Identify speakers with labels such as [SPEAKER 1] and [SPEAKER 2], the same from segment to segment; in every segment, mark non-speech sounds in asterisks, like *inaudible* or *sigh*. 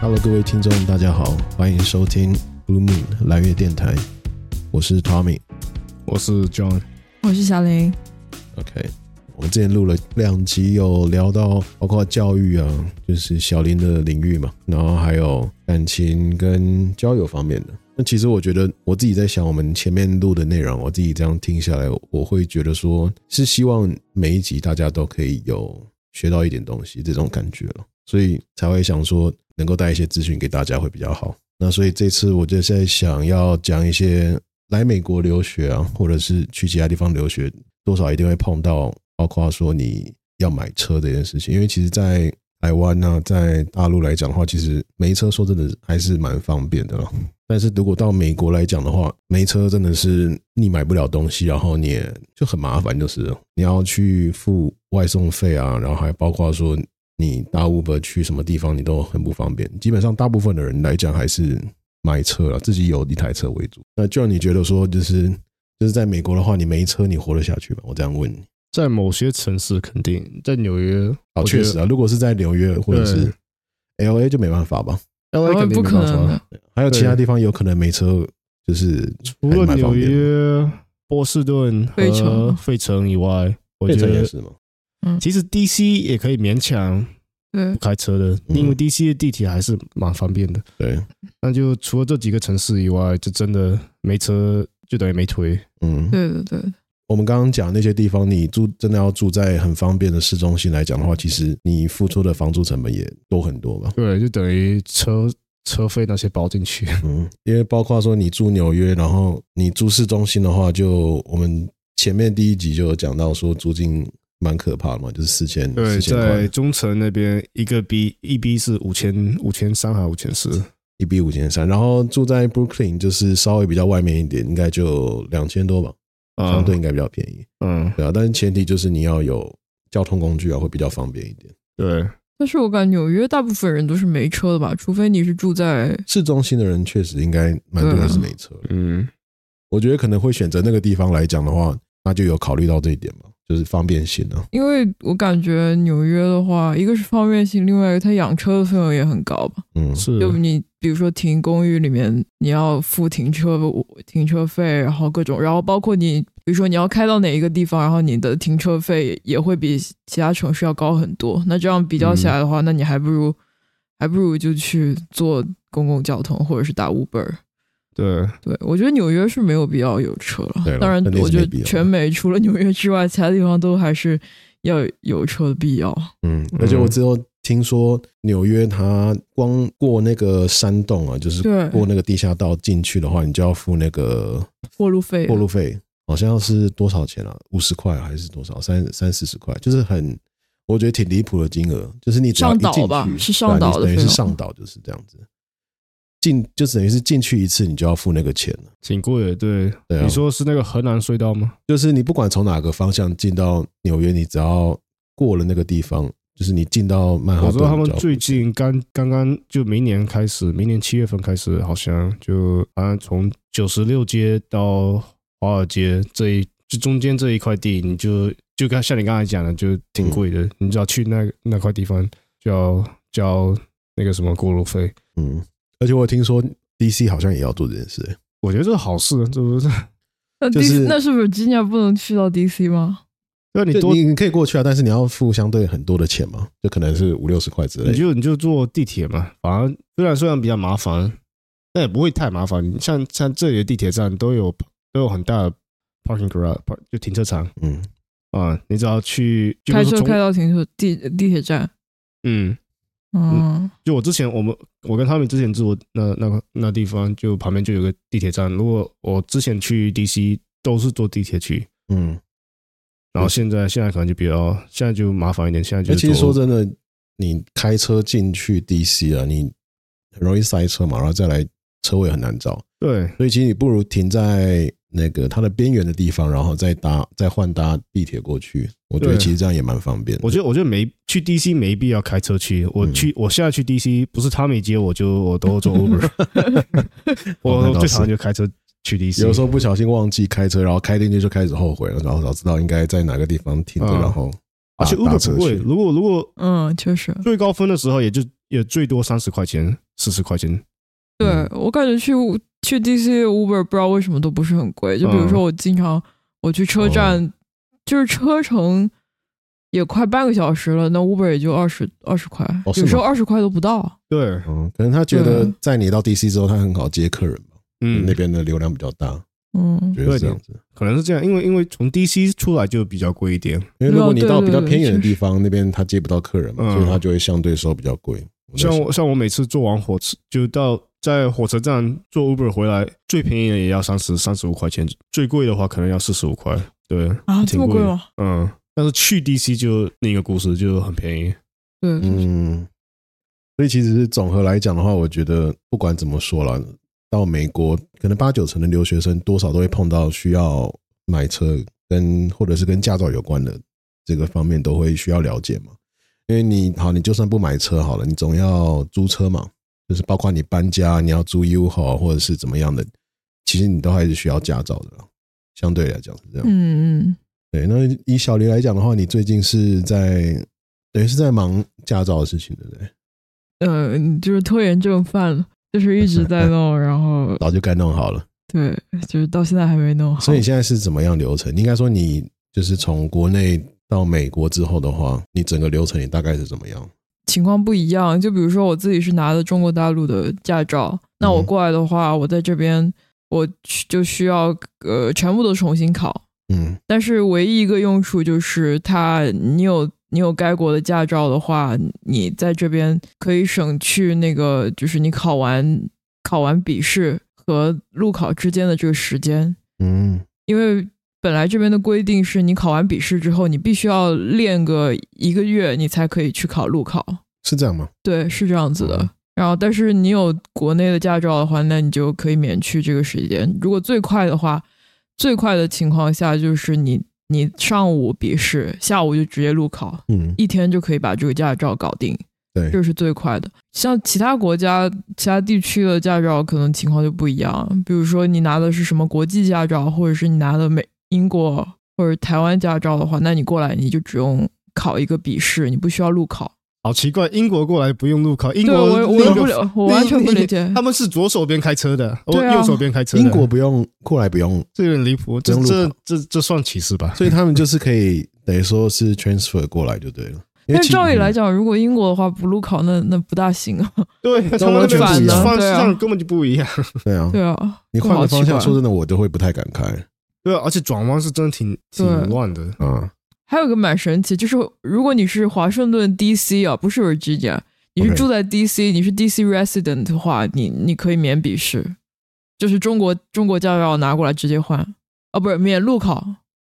[SPEAKER 1] Hello，各位听众，大家好，欢迎收听 Blue Moon 蓝月电台，我是 Tommy。
[SPEAKER 2] 我是 John，
[SPEAKER 3] 我是小林。
[SPEAKER 1] OK，我们之前录了两集，有聊到包括教育啊，就是小林的领域嘛，然后还有感情跟交友方面的。那其实我觉得我自己在想，我们前面录的内容，我自己这样听下来，我会觉得说是希望每一集大家都可以有学到一点东西这种感觉了，所以才会想说能够带一些资讯给大家会比较好。那所以这次我就在想要讲一些来美国留学啊，或者是去其他地方留学多少一定会碰到，包括说你要买车这件事情，因为其实，在台湾啊，在大陆来讲的话，其实没车说真的还是蛮方便的啦。但是如果到美国来讲的话，没车真的是你买不了东西，然后你也就很麻烦，就是了你要去付外送费啊，然后还包括说你搭 Uber 去什么地方，你都很不方便。基本上大部分的人来讲还是买车了，自己有一台车为主。那就让你觉得说，就是就是在美国的话，你没车你活得下去吗？我这样问你。
[SPEAKER 2] 在某些城市肯定，在纽约，
[SPEAKER 1] 啊，
[SPEAKER 2] 我
[SPEAKER 1] 确
[SPEAKER 2] 觉得嗯
[SPEAKER 1] 实啊，如果是在纽约或者是 L A 就没办法吧。
[SPEAKER 2] ，L A
[SPEAKER 3] 台湾
[SPEAKER 2] 肯定
[SPEAKER 3] 哦不可能
[SPEAKER 2] 没办法
[SPEAKER 3] 的，
[SPEAKER 1] 还有其他
[SPEAKER 2] 对
[SPEAKER 1] 地方有可能没车，就是
[SPEAKER 2] 除
[SPEAKER 1] 还
[SPEAKER 2] 了
[SPEAKER 1] 蛮方
[SPEAKER 2] 纽
[SPEAKER 1] 便的，
[SPEAKER 2] 约、波士顿
[SPEAKER 3] 费
[SPEAKER 2] 和
[SPEAKER 3] 城啊
[SPEAKER 2] 费城以外，我
[SPEAKER 1] 费
[SPEAKER 2] 觉
[SPEAKER 1] 城也
[SPEAKER 2] 得
[SPEAKER 1] 是嘛。
[SPEAKER 2] 其实 D C 也可以勉强
[SPEAKER 3] 对
[SPEAKER 2] 不，开车的，
[SPEAKER 1] 嗯
[SPEAKER 2] 因为 D C 的地铁还是蛮方便的。
[SPEAKER 1] 对，
[SPEAKER 2] 那就除了这几个城市以外，就真的没车就等于没腿。
[SPEAKER 1] 嗯，
[SPEAKER 3] 对对对，
[SPEAKER 1] 我们刚刚讲那些地方，你住真的要住在很方便的市中心来讲的话，其实你付出的房租成本也多很多
[SPEAKER 2] *laughs*
[SPEAKER 1] 吧。
[SPEAKER 2] 对，就等于车车费那些包进去。
[SPEAKER 1] 嗯，因为包括说你住纽约，然后你住市中心的话，就我们前面第一集就有讲到说租金蛮可怕的嘛，就是四千
[SPEAKER 2] 对，
[SPEAKER 1] 四千
[SPEAKER 2] 在
[SPEAKER 1] 块
[SPEAKER 2] 中城那边一个 B 一 B 是五千五千三还五千四，
[SPEAKER 1] 一比五千三，然后住在 Brooklyn 就是稍微比较外面一点，应该就两千多吧，
[SPEAKER 2] 啊
[SPEAKER 1] 相对应该比较便宜。
[SPEAKER 2] 嗯，
[SPEAKER 1] 对啊，但是前提就是你要有交通工具啊，会比较方便一点。
[SPEAKER 2] 对，
[SPEAKER 3] 但是我感觉纽约大部分人都是没车的吧，除非你是住在
[SPEAKER 1] 市中心的人确实应该蛮多人是没车的，
[SPEAKER 2] 嗯，
[SPEAKER 1] 我觉得可能会选择那个地方来讲的话，那就有考虑到这一点嘛，就是方便性啊。
[SPEAKER 3] 因为我感觉纽约的话，一个是方便性，另外一个它养车的费用也很高吧。
[SPEAKER 1] 嗯，
[SPEAKER 2] 是
[SPEAKER 3] 就你比如说停公寓里面，你要付停车停车费，然后各种，然后包括你比如说你要开到哪一个地方，然后你的停车费也会比其他城市要高很多。那这样比
[SPEAKER 2] 嗯
[SPEAKER 3] 较起来的话，那你还不如还不如就去坐公共交通或者是打 Uber。
[SPEAKER 2] 对，
[SPEAKER 3] 对，我觉得纽约是没有必要有车了。
[SPEAKER 1] 对了
[SPEAKER 3] 当然
[SPEAKER 1] 肯，定
[SPEAKER 3] 我
[SPEAKER 1] 是
[SPEAKER 3] 觉
[SPEAKER 1] 没
[SPEAKER 3] 得
[SPEAKER 1] 必要的
[SPEAKER 3] 全美除了纽约之外，其他地方都还是要有车的必要。
[SPEAKER 1] 嗯，而且我之后听说纽约它光过那个山洞啊，就是
[SPEAKER 3] 对
[SPEAKER 1] 过那个地下道进去的话，你就要付那个
[SPEAKER 3] 过路费，啊
[SPEAKER 1] 过路费，好像是多少钱啊？五十块还是多少？三三四十块，就是很。我觉得挺离谱的金额，就是你只要一
[SPEAKER 3] 上岛
[SPEAKER 1] 进
[SPEAKER 3] 吧
[SPEAKER 1] 去，
[SPEAKER 3] 是上岛的
[SPEAKER 1] 对你等于
[SPEAKER 3] 费
[SPEAKER 1] 是
[SPEAKER 3] 用
[SPEAKER 1] 上岛就是这样子。进就等于是进去一次，你就要付那个钱了。
[SPEAKER 2] 挺贵的，对。
[SPEAKER 1] 对啊
[SPEAKER 2] 你说是那个河南隧道吗？
[SPEAKER 1] 就是你不管从哪个方向进到纽约，你只要过了那个地方，就是你进到曼哈
[SPEAKER 2] 我
[SPEAKER 1] 顿，
[SPEAKER 2] 知道他们
[SPEAKER 1] 你就要付
[SPEAKER 2] 最近刚刚刚就明年开始，明年七月份开始，好像就啊从九十六街到华尔街这一就中间这一块地，你就就刚像你刚才讲的，就挺贵的，你只要去那那块地方就要交那个什么过路费。
[SPEAKER 1] 嗯，而且我听说 DC 好像也要做这件事、欸
[SPEAKER 2] 我觉得这个好事，这不是？ *laughs*
[SPEAKER 3] 那 DC、
[SPEAKER 1] 就是
[SPEAKER 3] 那是 Virginia 不能去到 DC 吗？
[SPEAKER 2] 那你
[SPEAKER 1] 就
[SPEAKER 2] 多
[SPEAKER 1] 你你可以过去啊，但是你要付相对很多的钱嘛，就可能是五六十块之类
[SPEAKER 2] 你
[SPEAKER 1] 的。
[SPEAKER 2] 就你就坐地铁嘛，反而虽然虽然比较麻烦，但也不会太麻烦。你像像这里的地铁站都有都有很大的 parking garage，park- 就停车场
[SPEAKER 1] 嗯，
[SPEAKER 2] 啊、你只要去就
[SPEAKER 3] 开
[SPEAKER 2] 是
[SPEAKER 3] 车
[SPEAKER 2] 从
[SPEAKER 3] 开到停车地地铁站。
[SPEAKER 2] 嗯，
[SPEAKER 3] 嗯，
[SPEAKER 2] 就我之前我们我跟他们之前住的那那个那地方，就旁边就有个地铁站。如果我之前去 DC 都是坐地铁去，
[SPEAKER 1] 嗯，
[SPEAKER 2] 然后现在现在可能就比较现在就麻烦一点，现在
[SPEAKER 1] 那
[SPEAKER 2] 就
[SPEAKER 1] 哎其实说
[SPEAKER 2] 坐
[SPEAKER 1] 真的，你开车进去 DC 啊，你很容易塞车嘛，然后再来车位很难找，
[SPEAKER 2] 对
[SPEAKER 1] 所以其实你不如停在那个它的边缘的地方，然后再搭再换搭地铁过去。我觉得
[SPEAKER 2] 对
[SPEAKER 1] 其实这样也蛮方便的。
[SPEAKER 2] 我觉得，我觉得没去 DC 没必要开车去。我
[SPEAKER 1] 嗯
[SPEAKER 2] 去，我现在去 DC 不是他没接我就我都坐 Uber，
[SPEAKER 1] *laughs*
[SPEAKER 2] *laughs*
[SPEAKER 1] 哦那
[SPEAKER 2] 我
[SPEAKER 1] 倒
[SPEAKER 2] 最
[SPEAKER 1] 是
[SPEAKER 2] 讨厌就开车去 DC。
[SPEAKER 1] 有的时候不小心忘记开车，然后开进去就开始后悔了，然后早知道应该在哪个地方停着，
[SPEAKER 2] 嗯
[SPEAKER 1] 然后
[SPEAKER 2] 而且
[SPEAKER 1] 打打
[SPEAKER 2] Uber
[SPEAKER 1] 车
[SPEAKER 2] 不贵，
[SPEAKER 1] 去
[SPEAKER 2] 如果如果
[SPEAKER 3] 嗯，确实，
[SPEAKER 2] 最高分的时候，也就也最多三十块钱、四十块钱。
[SPEAKER 3] 对、
[SPEAKER 1] 嗯
[SPEAKER 3] 我感觉去去 DC Uber 不知道为什么都不是很贵，就比
[SPEAKER 1] 嗯
[SPEAKER 3] 如说我经常、我去
[SPEAKER 1] 哦
[SPEAKER 3] 车站，就是车程也快半个小时了，那 Uber 也就二十二十块，
[SPEAKER 1] 哦是吗
[SPEAKER 3] 有时候二十块都不到。啊
[SPEAKER 2] 对，
[SPEAKER 1] 嗯，可能他觉得
[SPEAKER 3] 嗯
[SPEAKER 1] 在你到 DC 之后，他很好接客人吧，
[SPEAKER 2] 啊嗯，
[SPEAKER 1] 那边的流量比较大，
[SPEAKER 3] 嗯，
[SPEAKER 1] 觉得是这样子。
[SPEAKER 2] 可能是这样，因为因为从 DC 出来就比较贵一点。
[SPEAKER 1] 因为如果
[SPEAKER 3] 哦
[SPEAKER 1] 你
[SPEAKER 3] 对
[SPEAKER 1] 到
[SPEAKER 3] 对
[SPEAKER 1] 比较
[SPEAKER 3] 对
[SPEAKER 1] 偏远的
[SPEAKER 3] 确实
[SPEAKER 1] 地方，那边他接不到客人嘛，
[SPEAKER 2] 嗯
[SPEAKER 1] 所以他就会相对收比较贵。我在
[SPEAKER 2] 像
[SPEAKER 1] 想
[SPEAKER 2] 我像我每次坐完火车，就到在火车站坐 Uber 回来，最便宜的也要三十三十五块钱，最贵的话可能要四十五块。对，
[SPEAKER 3] 啊，这
[SPEAKER 2] 挺
[SPEAKER 3] 么
[SPEAKER 2] 贵
[SPEAKER 3] 贵
[SPEAKER 2] 的
[SPEAKER 3] 吗？
[SPEAKER 2] 嗯，但是去 DC 就另一个故事，就很便宜。
[SPEAKER 3] 对，
[SPEAKER 1] 嗯，所以其实是总和来讲的话，我觉得不管怎么说了，到美国可能八九成的留学生多少都会碰到需要买车跟或者是跟驾照有关的这个方面，都会需要了解嘛。因为你好，你就算不买车好了，你总要租车嘛，就是包括你搬家，你要租 U 号或者是怎么样的，其实你都还是需要驾照的啦。相对来讲是这样。
[SPEAKER 3] 嗯嗯，
[SPEAKER 1] 对，那以小黎来讲的话，你最近是在等于是在忙驾照的事情，对不对？
[SPEAKER 3] 呃，你就是拖延症犯了，就是一直在弄，然后
[SPEAKER 1] 早就该弄好了。
[SPEAKER 3] 对，就是到现在还没弄好。
[SPEAKER 1] 所以现在是怎么样流程？应该说你就是从国内到美国之后的话，你整个流程你大概是怎么样？
[SPEAKER 3] 情况不一样。就比如说我自己是拿的中国大陆的驾照，那我
[SPEAKER 1] 嗯
[SPEAKER 3] 过来的话，我在这边我去就需要呃全部都重新考。
[SPEAKER 1] 嗯
[SPEAKER 3] 但是唯一一个用处就是它，你有你有该国的驾照的话，你在这边可以省去那个就是你考完考完笔试和路考之间的这个时间，
[SPEAKER 1] 嗯
[SPEAKER 3] 因为。本来这边的规定是你考完笔试之后，你必须要练个一个月，你才可以去考路考。
[SPEAKER 1] 是这样吗？
[SPEAKER 3] 对，是这样子的
[SPEAKER 1] 嗯。
[SPEAKER 3] 然后，但是你有国内的驾照的话，那你就可以免去这个时间。如果最快的话，最快的情况下就是你你上午笔试，下午就直接路考，
[SPEAKER 1] 嗯，
[SPEAKER 3] 一天就可以把这个驾照搞定，
[SPEAKER 1] 对，
[SPEAKER 3] 这是最快的。像其他国家、其他地区的驾照，可能情况就不一样。比如说你拿的是什么国际驾照，或者是你拿的美英国或者台湾驾照的话，那你过来你就只用考一个笔试，你不需要路考。
[SPEAKER 2] 好奇怪，英国过来不用路考，英
[SPEAKER 3] 对啊
[SPEAKER 2] 国
[SPEAKER 3] 我
[SPEAKER 2] 另
[SPEAKER 3] 我
[SPEAKER 2] 一
[SPEAKER 3] 不
[SPEAKER 2] 个
[SPEAKER 3] 了，我完全不理解。
[SPEAKER 2] 他们是左手边开车的，我
[SPEAKER 3] 对啊
[SPEAKER 2] 右手边开车的。
[SPEAKER 1] 英国不用过来不用，
[SPEAKER 2] 这有点离谱，
[SPEAKER 1] 不
[SPEAKER 2] 这
[SPEAKER 1] 用路考
[SPEAKER 2] 这这这算歧视吧？
[SPEAKER 1] 所以他们就是可以等于说是 transfer 过来就对了。因为
[SPEAKER 3] 但
[SPEAKER 1] 其
[SPEAKER 3] 照理来，讲，如果英国的话不路考，那那不大行啊。
[SPEAKER 1] 嗯
[SPEAKER 2] 对，他们那边
[SPEAKER 1] 完全不一样
[SPEAKER 2] 方
[SPEAKER 3] 对啊
[SPEAKER 2] 向根本就不一样。
[SPEAKER 1] 对啊，
[SPEAKER 3] 对啊，
[SPEAKER 1] 你换个方
[SPEAKER 3] 就
[SPEAKER 1] 向，
[SPEAKER 3] 好奇
[SPEAKER 1] 说
[SPEAKER 3] 怪
[SPEAKER 1] 真的，我都会不太敢开
[SPEAKER 2] 对啊，而且转弯是真的挺挺
[SPEAKER 3] 对
[SPEAKER 2] 乱的。
[SPEAKER 1] 啊。
[SPEAKER 3] 还有一个蛮神奇，就是如果你是华盛顿 D.C. 啊，不是 Virginia，你
[SPEAKER 1] OK
[SPEAKER 3] 是住在 D.C.，你是 D.C. resident 的话，你你可以免笔试，就是中国中国驾照拿过来直接换，哦，不是免路考。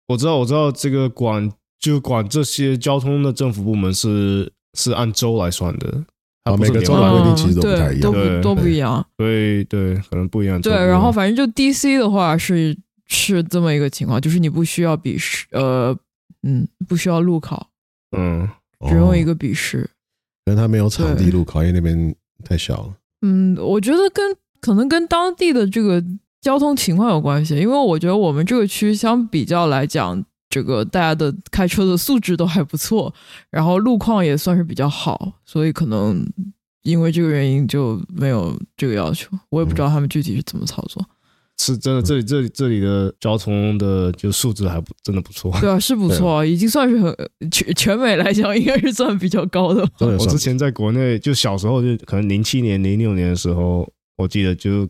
[SPEAKER 2] 我知道，我知道，这个管就管这些交通的政府部门是是按州来算的，它
[SPEAKER 1] 啊
[SPEAKER 2] 不是
[SPEAKER 1] 每个
[SPEAKER 2] 联
[SPEAKER 1] 州来
[SPEAKER 2] 邦
[SPEAKER 1] 规定
[SPEAKER 3] 嗯
[SPEAKER 1] 其实都不太一样
[SPEAKER 3] 对，都
[SPEAKER 2] 对
[SPEAKER 3] 不都不一样。
[SPEAKER 2] 对对，可能不一样。
[SPEAKER 3] 对，
[SPEAKER 2] 州不一样
[SPEAKER 3] 然后反正就 DC 的话是是这么一个情况，就是你不需要笔试，呃，嗯，不需要路考，
[SPEAKER 2] 嗯，
[SPEAKER 3] 只用一
[SPEAKER 1] 个，
[SPEAKER 3] 个笔试。
[SPEAKER 1] 啊哦可能他没有场地
[SPEAKER 3] 对
[SPEAKER 1] 路考，因为那边太小了。
[SPEAKER 3] 嗯，我觉得跟可能跟当地的这个交通情况有关系，因为我觉得我们这个区相比较来讲，这个大家的开车的素质都还不错，然后路况也算是比较好，所以可能因为这个原因就没有这个要求。我也不知道他们具体是怎么操作。
[SPEAKER 2] 是真的，这里这里这里的交通的就素质还不真的不错。
[SPEAKER 3] *laughs*
[SPEAKER 2] *laughs*
[SPEAKER 3] 对啊，是不
[SPEAKER 1] 对啊
[SPEAKER 3] 错，已经算是很全全美来讲，应该是算比较高的。
[SPEAKER 1] 真的
[SPEAKER 2] 我
[SPEAKER 1] 算
[SPEAKER 2] 之前在国内，就小时候就可能零七年、零六年的时候，我记得就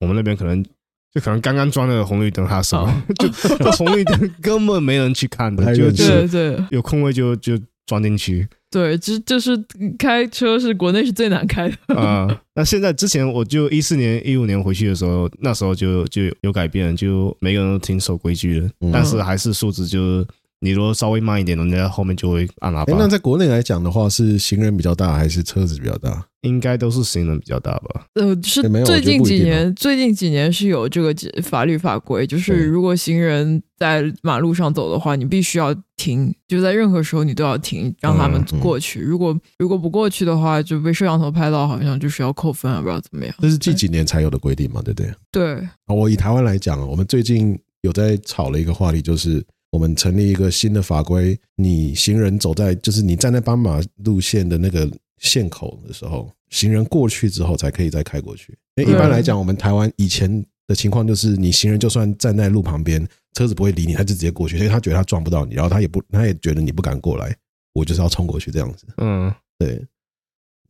[SPEAKER 2] 我们那边可能就可能刚刚装了红绿灯哈手， *laughs* 就就红绿灯根本没人去看
[SPEAKER 1] 不太
[SPEAKER 2] 的，就
[SPEAKER 1] 认识
[SPEAKER 3] *laughs* 对
[SPEAKER 2] 就
[SPEAKER 3] 对
[SPEAKER 2] 有空位就就钻进去
[SPEAKER 3] 对，这就是开车是国内是最难开的。
[SPEAKER 2] 啊、 *laughs* 那现在之前我就一四年、一五年回去的时候，那时候就就有改变，就每个人都挺守规矩的，
[SPEAKER 1] 嗯
[SPEAKER 2] 但是还是素质就你如果稍微慢一点，人家后面就会按喇
[SPEAKER 1] 哎，
[SPEAKER 2] 叭。
[SPEAKER 1] 那在国内来讲的话，是行人比较大还是车子比较大？
[SPEAKER 2] 应该都是行人比较大吧？
[SPEAKER 3] 呃，是
[SPEAKER 1] 也没有我
[SPEAKER 3] 最
[SPEAKER 1] 觉得
[SPEAKER 3] 近
[SPEAKER 1] 不一
[SPEAKER 3] 几
[SPEAKER 1] 定啊
[SPEAKER 3] 年，最近几年是有这个解法律法规，就是
[SPEAKER 1] 对
[SPEAKER 3] 如果行人在马路上走的话，你必须要停，就在任何时候你都要停，让他们
[SPEAKER 1] 嗯嗯
[SPEAKER 3] 过去。如果如果不过去的话，就被摄像头拍到，好像就是要扣分啊，不知道怎么样。
[SPEAKER 1] 这是近几年才有的规定嘛，对不对？
[SPEAKER 2] 嗯
[SPEAKER 3] 对，
[SPEAKER 1] 啊，我以台湾来讲，我们最近有在炒了一个话题，就是我们成立一个新的法规，你行人走在就是你站在斑马路线的那个线口的时候，行人过去之后才可以再开过去。
[SPEAKER 2] 嗯
[SPEAKER 1] 因为一般
[SPEAKER 3] 对
[SPEAKER 1] 来讲，我们台湾以前的情况就是，你行人就算站在路旁边，车子不会理你，他就直接过去，所以他觉得他撞不到你，然后他也不，他也觉得你不敢过来，我就是要冲过去这样子。
[SPEAKER 2] 嗯，
[SPEAKER 1] 对，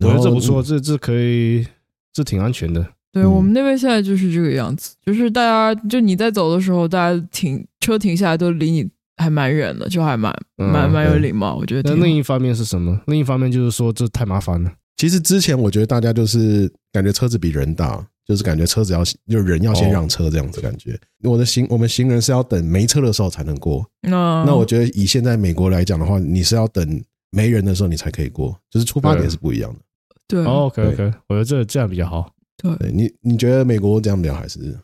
[SPEAKER 2] 我
[SPEAKER 1] 然
[SPEAKER 2] 觉得
[SPEAKER 1] 后
[SPEAKER 2] 这不错，这这可以，这挺安全的。
[SPEAKER 3] 对、
[SPEAKER 1] 嗯
[SPEAKER 3] 我们那边现在就是这个样子，就是大家就你在走的时候，大家停车停下来都离你还蛮远的，就还蛮
[SPEAKER 2] 嗯
[SPEAKER 3] 蛮蛮有
[SPEAKER 1] 对
[SPEAKER 3] 礼貌，我觉得
[SPEAKER 2] 那
[SPEAKER 3] 挺好。
[SPEAKER 2] 另一方面是什么？另一方面就是说这太麻烦了。
[SPEAKER 1] 其实之前我觉得大家就是感觉车子比人大，就是感觉车子要就是人要先让车这样子感觉。我的行我们行人是要等没车的时候才能过。
[SPEAKER 3] 那
[SPEAKER 1] 那我觉得以现在美国来讲的话，你是要等没人的时候你才可以过，就是出发点是不一
[SPEAKER 3] 嗯
[SPEAKER 1] 样的。
[SPEAKER 3] 对、
[SPEAKER 2] 哦 OK OK，我觉得这这样比较好。
[SPEAKER 1] 对你你觉得美国这样聊还是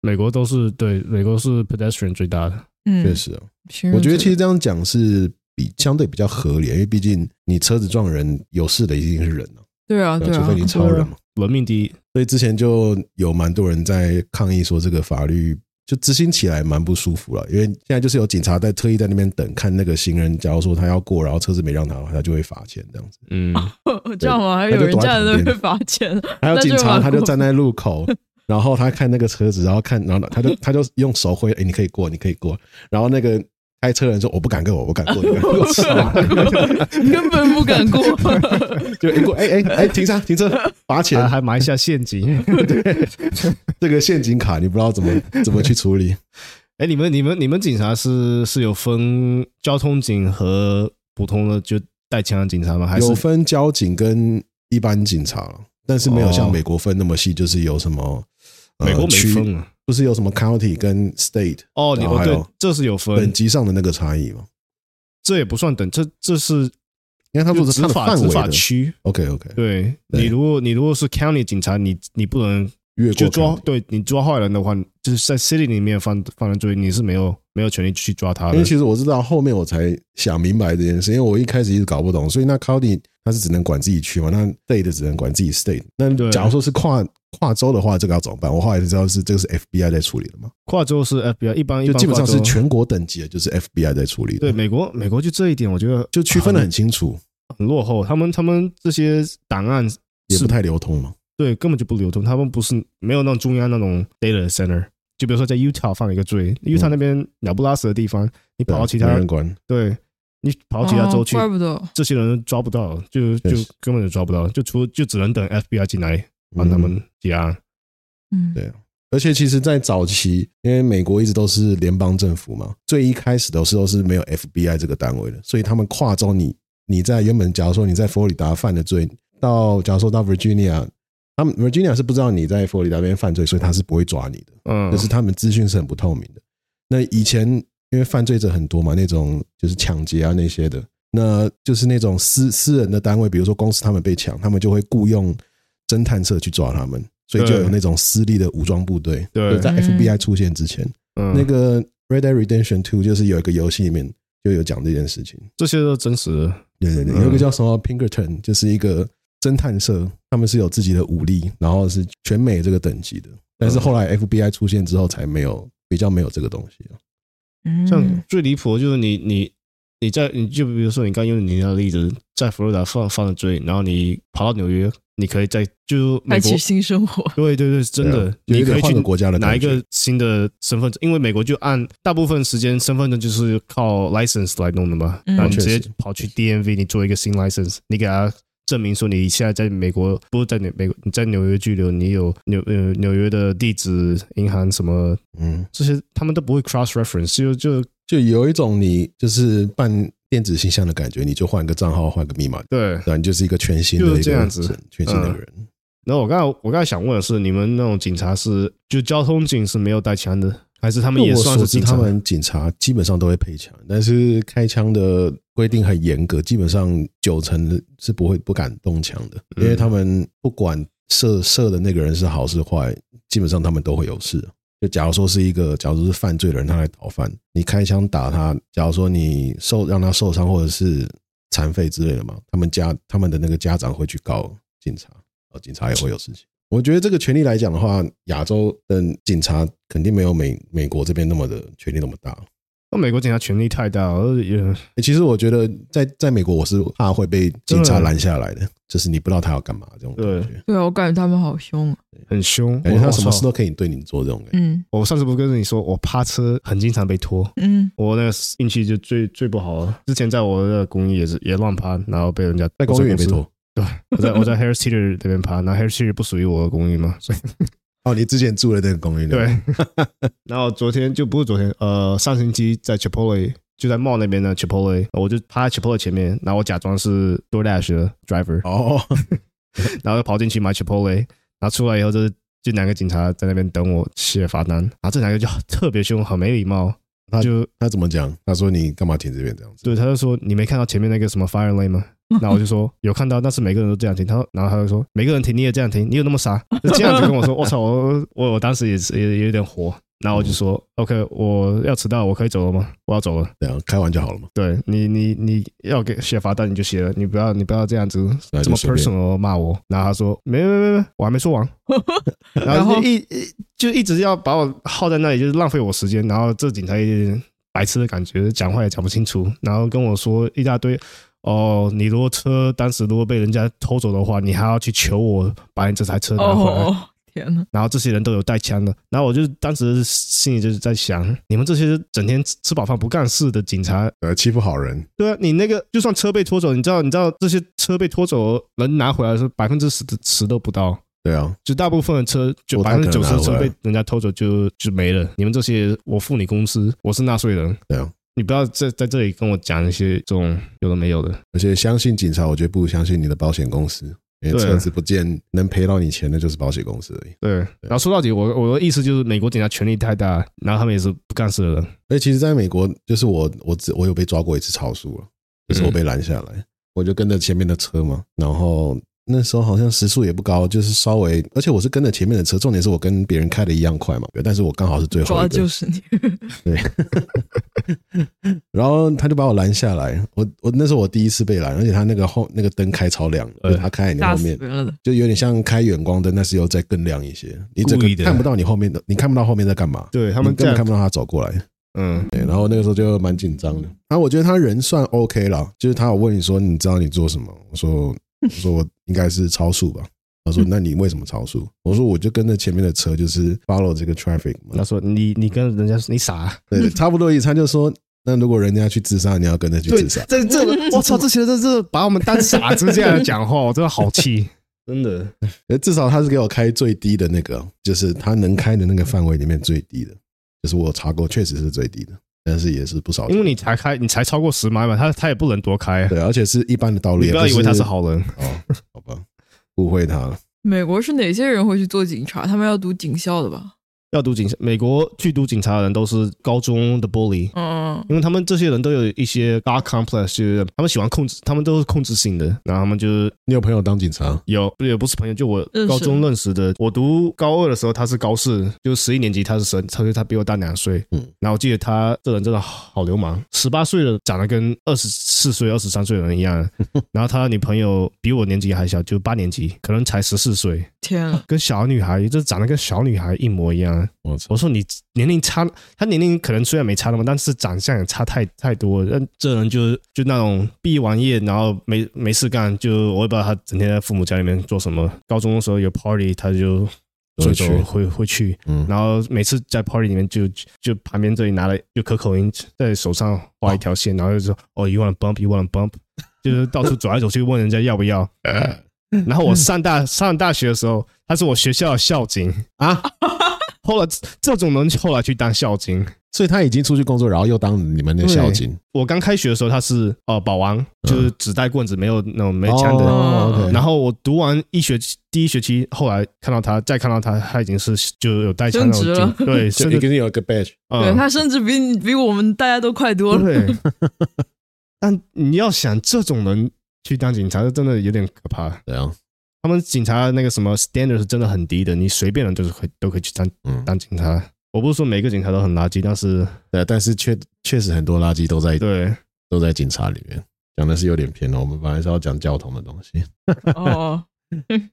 [SPEAKER 2] 美国都是对，美国是 pedestrian 最大的。
[SPEAKER 3] 嗯，
[SPEAKER 1] 确实啊？
[SPEAKER 3] 行人
[SPEAKER 1] 我觉得
[SPEAKER 3] 走
[SPEAKER 1] 其实这样讲是比相对比较合理，因为毕竟你车子撞人有事的一定是人啊，
[SPEAKER 3] 对啊对啊，
[SPEAKER 1] 除非你超人嘛。
[SPEAKER 2] 文明第一，
[SPEAKER 1] 所以之前就有蛮多人在抗议说，这个法律就执行起来蛮不舒服了，因为现在就是有警察在特意在那边等，看那个行人，假如说他要过，然后车子没让他，他就会罚钱这样子。
[SPEAKER 2] 嗯，
[SPEAKER 3] 这样吗？还有人站在那边罚钱？
[SPEAKER 1] *laughs* 还有警
[SPEAKER 3] 那就
[SPEAKER 1] 察
[SPEAKER 3] 蛮
[SPEAKER 1] 他就站在路口，然后他看那个车子，然后看，然后他就他就用手挥，哎，你可以过，你可以过。然后那个开车人说，我不敢过，我不敢过，你敢过， *laughs* 哦
[SPEAKER 3] 根本不敢过。
[SPEAKER 1] 就一过，哎哎哎，停车停车，罚钱
[SPEAKER 2] 还，还埋下陷阱。 *laughs*
[SPEAKER 1] 这个陷阱卡你不知道怎么怎么去处理。
[SPEAKER 2] 哎，你们你们你们警察是是有分交通警和普通的就带枪的警察吗？还是
[SPEAKER 1] 有分交警跟一般警察了，但是没有像
[SPEAKER 2] 哦
[SPEAKER 1] 美国分那么细，就是有什么、呃
[SPEAKER 2] 美国没
[SPEAKER 1] 区
[SPEAKER 2] 分啊？
[SPEAKER 1] 不是有什么 county 跟 state
[SPEAKER 2] 哦，你
[SPEAKER 1] 然后
[SPEAKER 2] 哦
[SPEAKER 1] 还
[SPEAKER 2] 对
[SPEAKER 1] 有，
[SPEAKER 2] 这是有分
[SPEAKER 1] 等，级上的那个差异嘛？
[SPEAKER 2] 这也不算等，这这是
[SPEAKER 1] 因为他
[SPEAKER 2] 就
[SPEAKER 1] 说的是
[SPEAKER 2] 执
[SPEAKER 1] 它的
[SPEAKER 2] 法
[SPEAKER 1] 范
[SPEAKER 2] 执
[SPEAKER 1] 围
[SPEAKER 2] 法
[SPEAKER 1] 的。
[SPEAKER 2] 区。
[SPEAKER 1] OK OK，
[SPEAKER 2] 对
[SPEAKER 1] 对
[SPEAKER 2] 你，如果你如果是 county 警察，你你不能
[SPEAKER 1] 越
[SPEAKER 2] 就
[SPEAKER 1] 过
[SPEAKER 2] 抓
[SPEAKER 1] county，
[SPEAKER 2] 对你抓坏人的话，就是在 city 里面犯犯人罪，你是没有没有权利去抓他
[SPEAKER 1] 因
[SPEAKER 2] 的
[SPEAKER 1] 为。其实我知道后面我才想明白这件事，因为我一开始一直搞不懂，所以那 county 它是只能管自己区嘛，那 state 只能管自己 state。那
[SPEAKER 2] 对
[SPEAKER 1] 假如说是跨跨州的话，这个要怎么办？我后来就知道是这个是 FBI 在处理的嘛，
[SPEAKER 2] 跨州是 FBI，一般一
[SPEAKER 1] 就
[SPEAKER 2] 般
[SPEAKER 1] 基本上
[SPEAKER 2] 跨
[SPEAKER 1] 是
[SPEAKER 2] 州
[SPEAKER 1] 全国等级的，就是 FBI 在处理的。
[SPEAKER 2] 对，美国美国就这一点，我觉得
[SPEAKER 1] 就区分的很清楚。
[SPEAKER 2] 很落后。他们他们这些档案
[SPEAKER 1] 也
[SPEAKER 2] 是
[SPEAKER 1] 不太流通嘛。
[SPEAKER 2] 对根本就不流通，他们不是没有那种中央那种 data center。就比如说在 Utah 犯了一个罪，Utah 那边鸟不拉屎的地方，你跑到其
[SPEAKER 1] 嗯没
[SPEAKER 2] 他
[SPEAKER 1] 人管，
[SPEAKER 2] 对你跑到其他州去
[SPEAKER 3] 哦，怪不得
[SPEAKER 2] 这些人抓不到，就就
[SPEAKER 1] 确实
[SPEAKER 2] 根本就抓不到，就除就只能等 FBI 进来帮他们
[SPEAKER 1] 嗯
[SPEAKER 2] 结案。
[SPEAKER 3] 嗯，
[SPEAKER 1] 对而且其实，在早期，因为美国一直都是联邦政府嘛，最一开始的时候是没有 FBI 这个单位的，所以他们跨州你，你在原本假如说你在佛罗里达犯的罪，到假如说到 Virginia，他们 Virginia 是不知道你在佛罗里达那边犯罪，所以他是不会抓你的，
[SPEAKER 2] 嗯，
[SPEAKER 1] 就是他们资讯是很不透明的。那以前因为犯罪者很多嘛，那种就是抢劫啊那些的，那就是那种私私人的单位，比如说公司他们被抢，他们就会雇佣侦探社去抓他们，所以就
[SPEAKER 2] 对
[SPEAKER 1] 有那种私立的武装部队。
[SPEAKER 2] 对
[SPEAKER 1] 就在
[SPEAKER 3] 嗯
[SPEAKER 1] FBI 出现之前，
[SPEAKER 2] 嗯
[SPEAKER 1] 那个《Red Dead Redemption Two》就是有一个游戏里面就有讲这件事情。
[SPEAKER 2] 这些都真实的。
[SPEAKER 1] 对对对，
[SPEAKER 2] 嗯
[SPEAKER 1] 有一个叫什么 Pinkerton，就是一个侦探社，他们是有自己的武力，然后是全美这个等级的。但
[SPEAKER 2] 嗯
[SPEAKER 1] 是后来 FBI 出现之后，才没有比较没有这个东西啊了。
[SPEAKER 2] 像
[SPEAKER 3] 嗯，
[SPEAKER 2] 最离谱的就是你你你在你就比如说你刚用你那个例子，在佛罗里达犯犯了罪，然后你跑到纽约，你可以在就美
[SPEAKER 3] 开
[SPEAKER 2] 国
[SPEAKER 3] 启新生活。
[SPEAKER 1] *laughs*
[SPEAKER 2] 对对对，真的，
[SPEAKER 1] 对啊有一
[SPEAKER 2] 你可
[SPEAKER 1] 点
[SPEAKER 2] 以
[SPEAKER 1] 换
[SPEAKER 2] 去
[SPEAKER 1] 个国家的
[SPEAKER 2] 拿一
[SPEAKER 1] 感觉
[SPEAKER 2] 个新的身份证，因为美国就按大部分时间身份证就是靠 license 来弄的嘛，
[SPEAKER 3] 嗯
[SPEAKER 2] 然后你
[SPEAKER 1] 确
[SPEAKER 2] 直
[SPEAKER 1] 实
[SPEAKER 2] 接跑去 DMV，你做一个新 license，你给他证明说你现在在美国，不是在美美国，你在纽约拘留，你有纽呃纽约的地址、银行什么
[SPEAKER 1] 嗯，
[SPEAKER 2] 这些，他们都不会 cross reference，就就
[SPEAKER 1] 就有一种你就是办电子信箱的感觉，你就换个账号，换个密码，
[SPEAKER 2] 对。
[SPEAKER 1] 对，你就是一个全新的一
[SPEAKER 2] 就
[SPEAKER 1] 个
[SPEAKER 2] 是这样子
[SPEAKER 1] 人全新的
[SPEAKER 2] 嗯
[SPEAKER 1] 人。
[SPEAKER 2] 然后我刚才我刚才想问的是，你们那种警察是就交通警是没有带枪的，还是他们
[SPEAKER 1] 据
[SPEAKER 2] 也
[SPEAKER 1] 我
[SPEAKER 2] 算
[SPEAKER 1] 所
[SPEAKER 2] 是
[SPEAKER 1] 知，
[SPEAKER 2] 警
[SPEAKER 1] 他
[SPEAKER 2] 察？
[SPEAKER 1] 们警察基本上都会配枪，但是开枪的规定很严格，基本上九成是不会不敢动枪的，
[SPEAKER 2] 嗯
[SPEAKER 1] 因为他们不管射射的那个人是好是坏，基本上他们都会有事。就假如说是一个，假如是犯罪的人，他来逃犯，你开枪打他，假如说你受让他受伤或者是残废之类的嘛，他们家他们的那个家长会去告警察，哦，警察也会有事情。我觉得这个权利来讲的话，亚洲的警察肯定没有美美国这边那么的权力那么大。
[SPEAKER 2] 那美国警察权力太大，而也
[SPEAKER 1] 欸其实我觉得在在美国，我是怕会被警察拦下来的，就是你不知道他要干嘛这种感觉，
[SPEAKER 3] 对啊，我感觉他们好凶啊。
[SPEAKER 2] 很凶。
[SPEAKER 1] 感觉他什么事
[SPEAKER 2] 都……
[SPEAKER 1] 都可以对你做这种感觉。
[SPEAKER 3] 嗯
[SPEAKER 2] 我上次不是跟你说，我趴车很经常被拖，
[SPEAKER 3] 嗯，
[SPEAKER 2] 我那个运气就最最不好啊了。之前在我的公寓也是也乱趴，然后被人家
[SPEAKER 1] 在公寓也被。拖。
[SPEAKER 2] 我在我在 Harris Teeter 那边趴，然后 Harris Teeter 不属于我的公寓嘛，所以
[SPEAKER 1] 哦，你之前住的那个公寓里
[SPEAKER 2] 对，。 *laughs* 然后昨天就不是昨天，呃，上星期在 Chipotle 就在 mall 那边的 Chipotle，我就趴在 Chipotle 前面，然后我假装是 DoorDash 的 driver，
[SPEAKER 1] 哦，
[SPEAKER 2] *laughs* 然后就跑进去买 Chipotle，然后出来以后就是就两个警察在那边等我写罚单，然后这两个就特别凶，很没礼貌，就
[SPEAKER 1] 他怎么讲？他说你干嘛停这边这样子？
[SPEAKER 2] 对，他就说你没看到前面那个什么 fire lane 吗？然后我就说有看到，但是每个人都这样停。他说，然后他就说每个人停你也这样停，你有那么傻？ *laughs* 就这样子跟我说，我操，我我我当时也是也也有点火。然后我就说、o k 我要迟到，我可以走了吗？我要走了。
[SPEAKER 1] 这样啊开完就好了嘛。
[SPEAKER 2] 对你你你要给写罚单你就写了，你不要你不要这样子
[SPEAKER 1] 那
[SPEAKER 2] 这
[SPEAKER 1] 就
[SPEAKER 2] 么
[SPEAKER 1] 随便
[SPEAKER 2] personal 地骂我。然后他说没没没没，我还没说完。然
[SPEAKER 3] 然
[SPEAKER 2] 后
[SPEAKER 3] 后
[SPEAKER 2] 就一一就一直要把我耗在那里，就是浪费我时间。然后这警察也有点白痴的感觉，讲话也讲不清楚，然后跟我说一大堆。哦，你如果车当时如果被人家偷走的话，你还要去求我把你这台车拿回来。
[SPEAKER 3] 哦，天哪！
[SPEAKER 2] 然后这些人都有带枪的，然后我就当时心里就是在想，你们这些整天吃吃饱饭不干事的警察，
[SPEAKER 1] 呃，欺负好人，
[SPEAKER 2] 对啊，你那个就算车被拖走，你知道你知道这些车被拖走能拿回来是百分之十的十都不到，
[SPEAKER 1] 对啊，
[SPEAKER 2] 就大部分的车，就
[SPEAKER 1] 我
[SPEAKER 2] 百
[SPEAKER 1] 太
[SPEAKER 2] 分
[SPEAKER 1] 可
[SPEAKER 2] 之
[SPEAKER 1] 能
[SPEAKER 2] 九十
[SPEAKER 1] 拿
[SPEAKER 2] 的车
[SPEAKER 1] 回来
[SPEAKER 2] 被
[SPEAKER 1] 了
[SPEAKER 2] 人家偷走就就没了。你们这些，我付你工资，我是纳税人，
[SPEAKER 1] 对啊。
[SPEAKER 2] 你不要在在这里跟我讲一些这种有的没有的。
[SPEAKER 1] 而且相信警察，我觉得不如相信你的保险公司，因为
[SPEAKER 2] 对
[SPEAKER 1] 车子不见能赔到你钱的就是保险公司而已。
[SPEAKER 2] 对，然后说到底，我我的意思就是，美国警察权力太大，然后他们也是不干事的人。
[SPEAKER 1] 而且其实，在美国，就是我我只我有被抓过一次超速了，就是
[SPEAKER 2] 嗯
[SPEAKER 1] 我被拦下来，我就跟着前面的车嘛，然后那时候好像时速也不高，就是稍微，而且我是跟着前面的车，重点是我跟别人开的一样快嘛，但是我刚好是最后
[SPEAKER 3] 抓
[SPEAKER 1] 一个
[SPEAKER 3] 就，是你，
[SPEAKER 1] 然后他就把我拦下来，我我那是我第一次被拦，而且他那个后那个灯开超亮的，
[SPEAKER 2] 呃
[SPEAKER 1] 就是他开在你
[SPEAKER 3] 打
[SPEAKER 1] 后
[SPEAKER 3] 死
[SPEAKER 1] 面
[SPEAKER 3] 别，人了的。
[SPEAKER 1] 就有点像开远光灯，但是又再更亮一些，你整
[SPEAKER 2] 故
[SPEAKER 1] 个
[SPEAKER 2] 意的
[SPEAKER 1] 看不到你后面的，你看不到后面在干嘛，
[SPEAKER 2] 对他
[SPEAKER 1] 他
[SPEAKER 2] 们这
[SPEAKER 1] 根本看
[SPEAKER 2] 样，
[SPEAKER 1] 不到他走过来。
[SPEAKER 2] 嗯，
[SPEAKER 1] 对，然后那个时候就蛮紧张的。然、啊后我觉得他人算 OK 啦，就是他有问你说你知道你做什么？我 *laughs* 说我说我应该是超速吧。他说那你为什么超速？我说我就跟着前面的车，就是 follow 这个 traffic 嘛
[SPEAKER 2] 他。说你你跟人家说你傻啊、
[SPEAKER 1] 对，差不多意思。他就说那如果人家去自杀，你要跟着去自杀。
[SPEAKER 2] 这这个，我操，这些人真是把我们当傻子这样讲话，我真的好
[SPEAKER 1] *laughs*
[SPEAKER 2] 气，真的。
[SPEAKER 1] 呃至少他是给我开最低的那个，就是他能开的那个范围里面最低的，就是我查过确实是最低的，但是也是不少钱。
[SPEAKER 2] 因为你才开，你才超过十迈嘛，他他也不能多开啊。
[SPEAKER 1] 对，而且是一般的道路，
[SPEAKER 2] 你不要以为他是
[SPEAKER 1] 好
[SPEAKER 2] 好人，
[SPEAKER 1] 哦，好吧，误会他了。
[SPEAKER 3] 美国是哪些人会去做警察？他们要读警校的吧？
[SPEAKER 2] 要读警察，美国去读警察的人都是高中的玻璃，
[SPEAKER 3] 嗯，
[SPEAKER 2] 因为他们这些人都有一些 god complex，就是他们喜欢控制，他们都是控制性的，然后他们就是
[SPEAKER 1] 你有朋友当警察？
[SPEAKER 2] 有也不是朋友，就我
[SPEAKER 3] 认识
[SPEAKER 2] 高中认识的，我读高二的时候他是高四，就十一年级他是神，他说他比我大两岁，
[SPEAKER 1] 嗯
[SPEAKER 2] 然后我记得他这人真的好流氓，十八岁的长得跟二十四岁、二十三岁的人一样，然后他的女朋友比我年纪还小，就八年级，可能才十四岁，
[SPEAKER 3] 天啊！
[SPEAKER 2] 跟小女孩，这长得跟小女孩一模一样。
[SPEAKER 1] 我操！
[SPEAKER 2] 我说你年龄差，她年龄可能虽然没差那么，但是长相也差太太多了。但这人就是就那种毕完业，然后没没事干，就我也不知道他整天在父母家里面做什么。高中的时候有 party，他就
[SPEAKER 1] 都会
[SPEAKER 2] 走走
[SPEAKER 1] 去
[SPEAKER 2] 会会去，
[SPEAKER 1] 嗯，
[SPEAKER 2] 然后每次在 party 里面就就旁边这里拿了就可口音在手上画一条线，然后就说哦，you want bump, you want bump，就是到处走来走去问人家要
[SPEAKER 1] *laughs*
[SPEAKER 2] 不要。然后我上大上大学的时候，他是我学校的校警啊。后来这种人后来去当校警。
[SPEAKER 1] 所以他已经出去工作，然后又当你们的校警，
[SPEAKER 2] 我刚开学的时候，他是呃保安，就是只带棍子，没有那种没枪的。
[SPEAKER 1] 哦 OK
[SPEAKER 2] 然后我读完一学期第一学期，后来看到他，再看到他，他已经是就有带枪那种
[SPEAKER 3] 升职
[SPEAKER 2] 警
[SPEAKER 3] 了
[SPEAKER 1] *laughs*
[SPEAKER 2] 对，
[SPEAKER 1] 就
[SPEAKER 2] 甚
[SPEAKER 1] 一
[SPEAKER 2] 至
[SPEAKER 1] 定有一个 badge。
[SPEAKER 3] 对
[SPEAKER 2] 嗯，
[SPEAKER 3] 他甚至比你比我们大家都快多 *laughs* 了。
[SPEAKER 2] 对， *laughs* 但你要想这种人去当警察，真的有点可怕。
[SPEAKER 1] 对啊，
[SPEAKER 2] 他们警察那个什么 standard 是真的很低的，你随便人都是可以都可以去当
[SPEAKER 1] 嗯，
[SPEAKER 2] 当警察。我不是说每个警察都很垃圾，但是
[SPEAKER 1] 对，但是确确实很多垃圾都在
[SPEAKER 2] 对
[SPEAKER 1] 都在警察里面。讲的是有点偏了，我们本来是要讲交通的东西， *laughs*
[SPEAKER 3] 哦，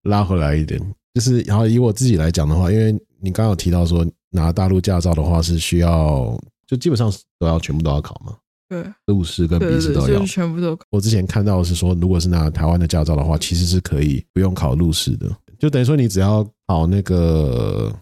[SPEAKER 1] 拉回来一点，就是然后以我自己来讲的话，因为你刚刚有提到说拿大陆驾照的话是需要就基本上都要全部都要考嘛， *laughs*
[SPEAKER 3] 对
[SPEAKER 1] 路试跟
[SPEAKER 3] 对
[SPEAKER 1] 笔
[SPEAKER 3] 对
[SPEAKER 1] 试
[SPEAKER 3] 对，
[SPEAKER 1] 都要
[SPEAKER 3] 就是。全部都
[SPEAKER 1] 我之前看到的是说，如果是拿台湾的驾照的话，其实是可以不用考路试的，就等于说你只要考那个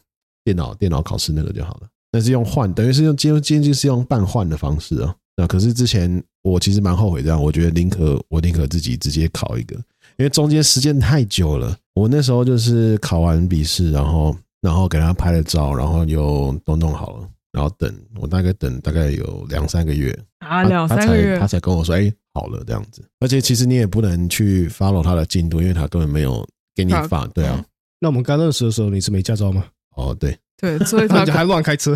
[SPEAKER 1] 电脑电脑考试那个就好了。但是用换，等于是用监监禁是用半换的方式啊。那可是之前我其实蛮后悔这样，我觉得宁可我宁可自己直接考一个，因为中间时间太久了。我那时候就是考完笔试，然后然后给他拍了照，然后又都弄好了，然后等我大概等大概有两三个月，
[SPEAKER 3] 啊
[SPEAKER 1] 他
[SPEAKER 3] 两
[SPEAKER 1] 他
[SPEAKER 3] 三
[SPEAKER 1] 才
[SPEAKER 3] 个月
[SPEAKER 1] 他，才跟我说，哎、好了这样子。而且其实你也不能去 follow 他的进度，因为他根本没有给你
[SPEAKER 3] 他嗯
[SPEAKER 1] 发，对啊，
[SPEAKER 2] 那我们刚认识的时候，你是没驾照吗？
[SPEAKER 1] 哦对，
[SPEAKER 3] 对，所以他
[SPEAKER 2] 那就还乱开车，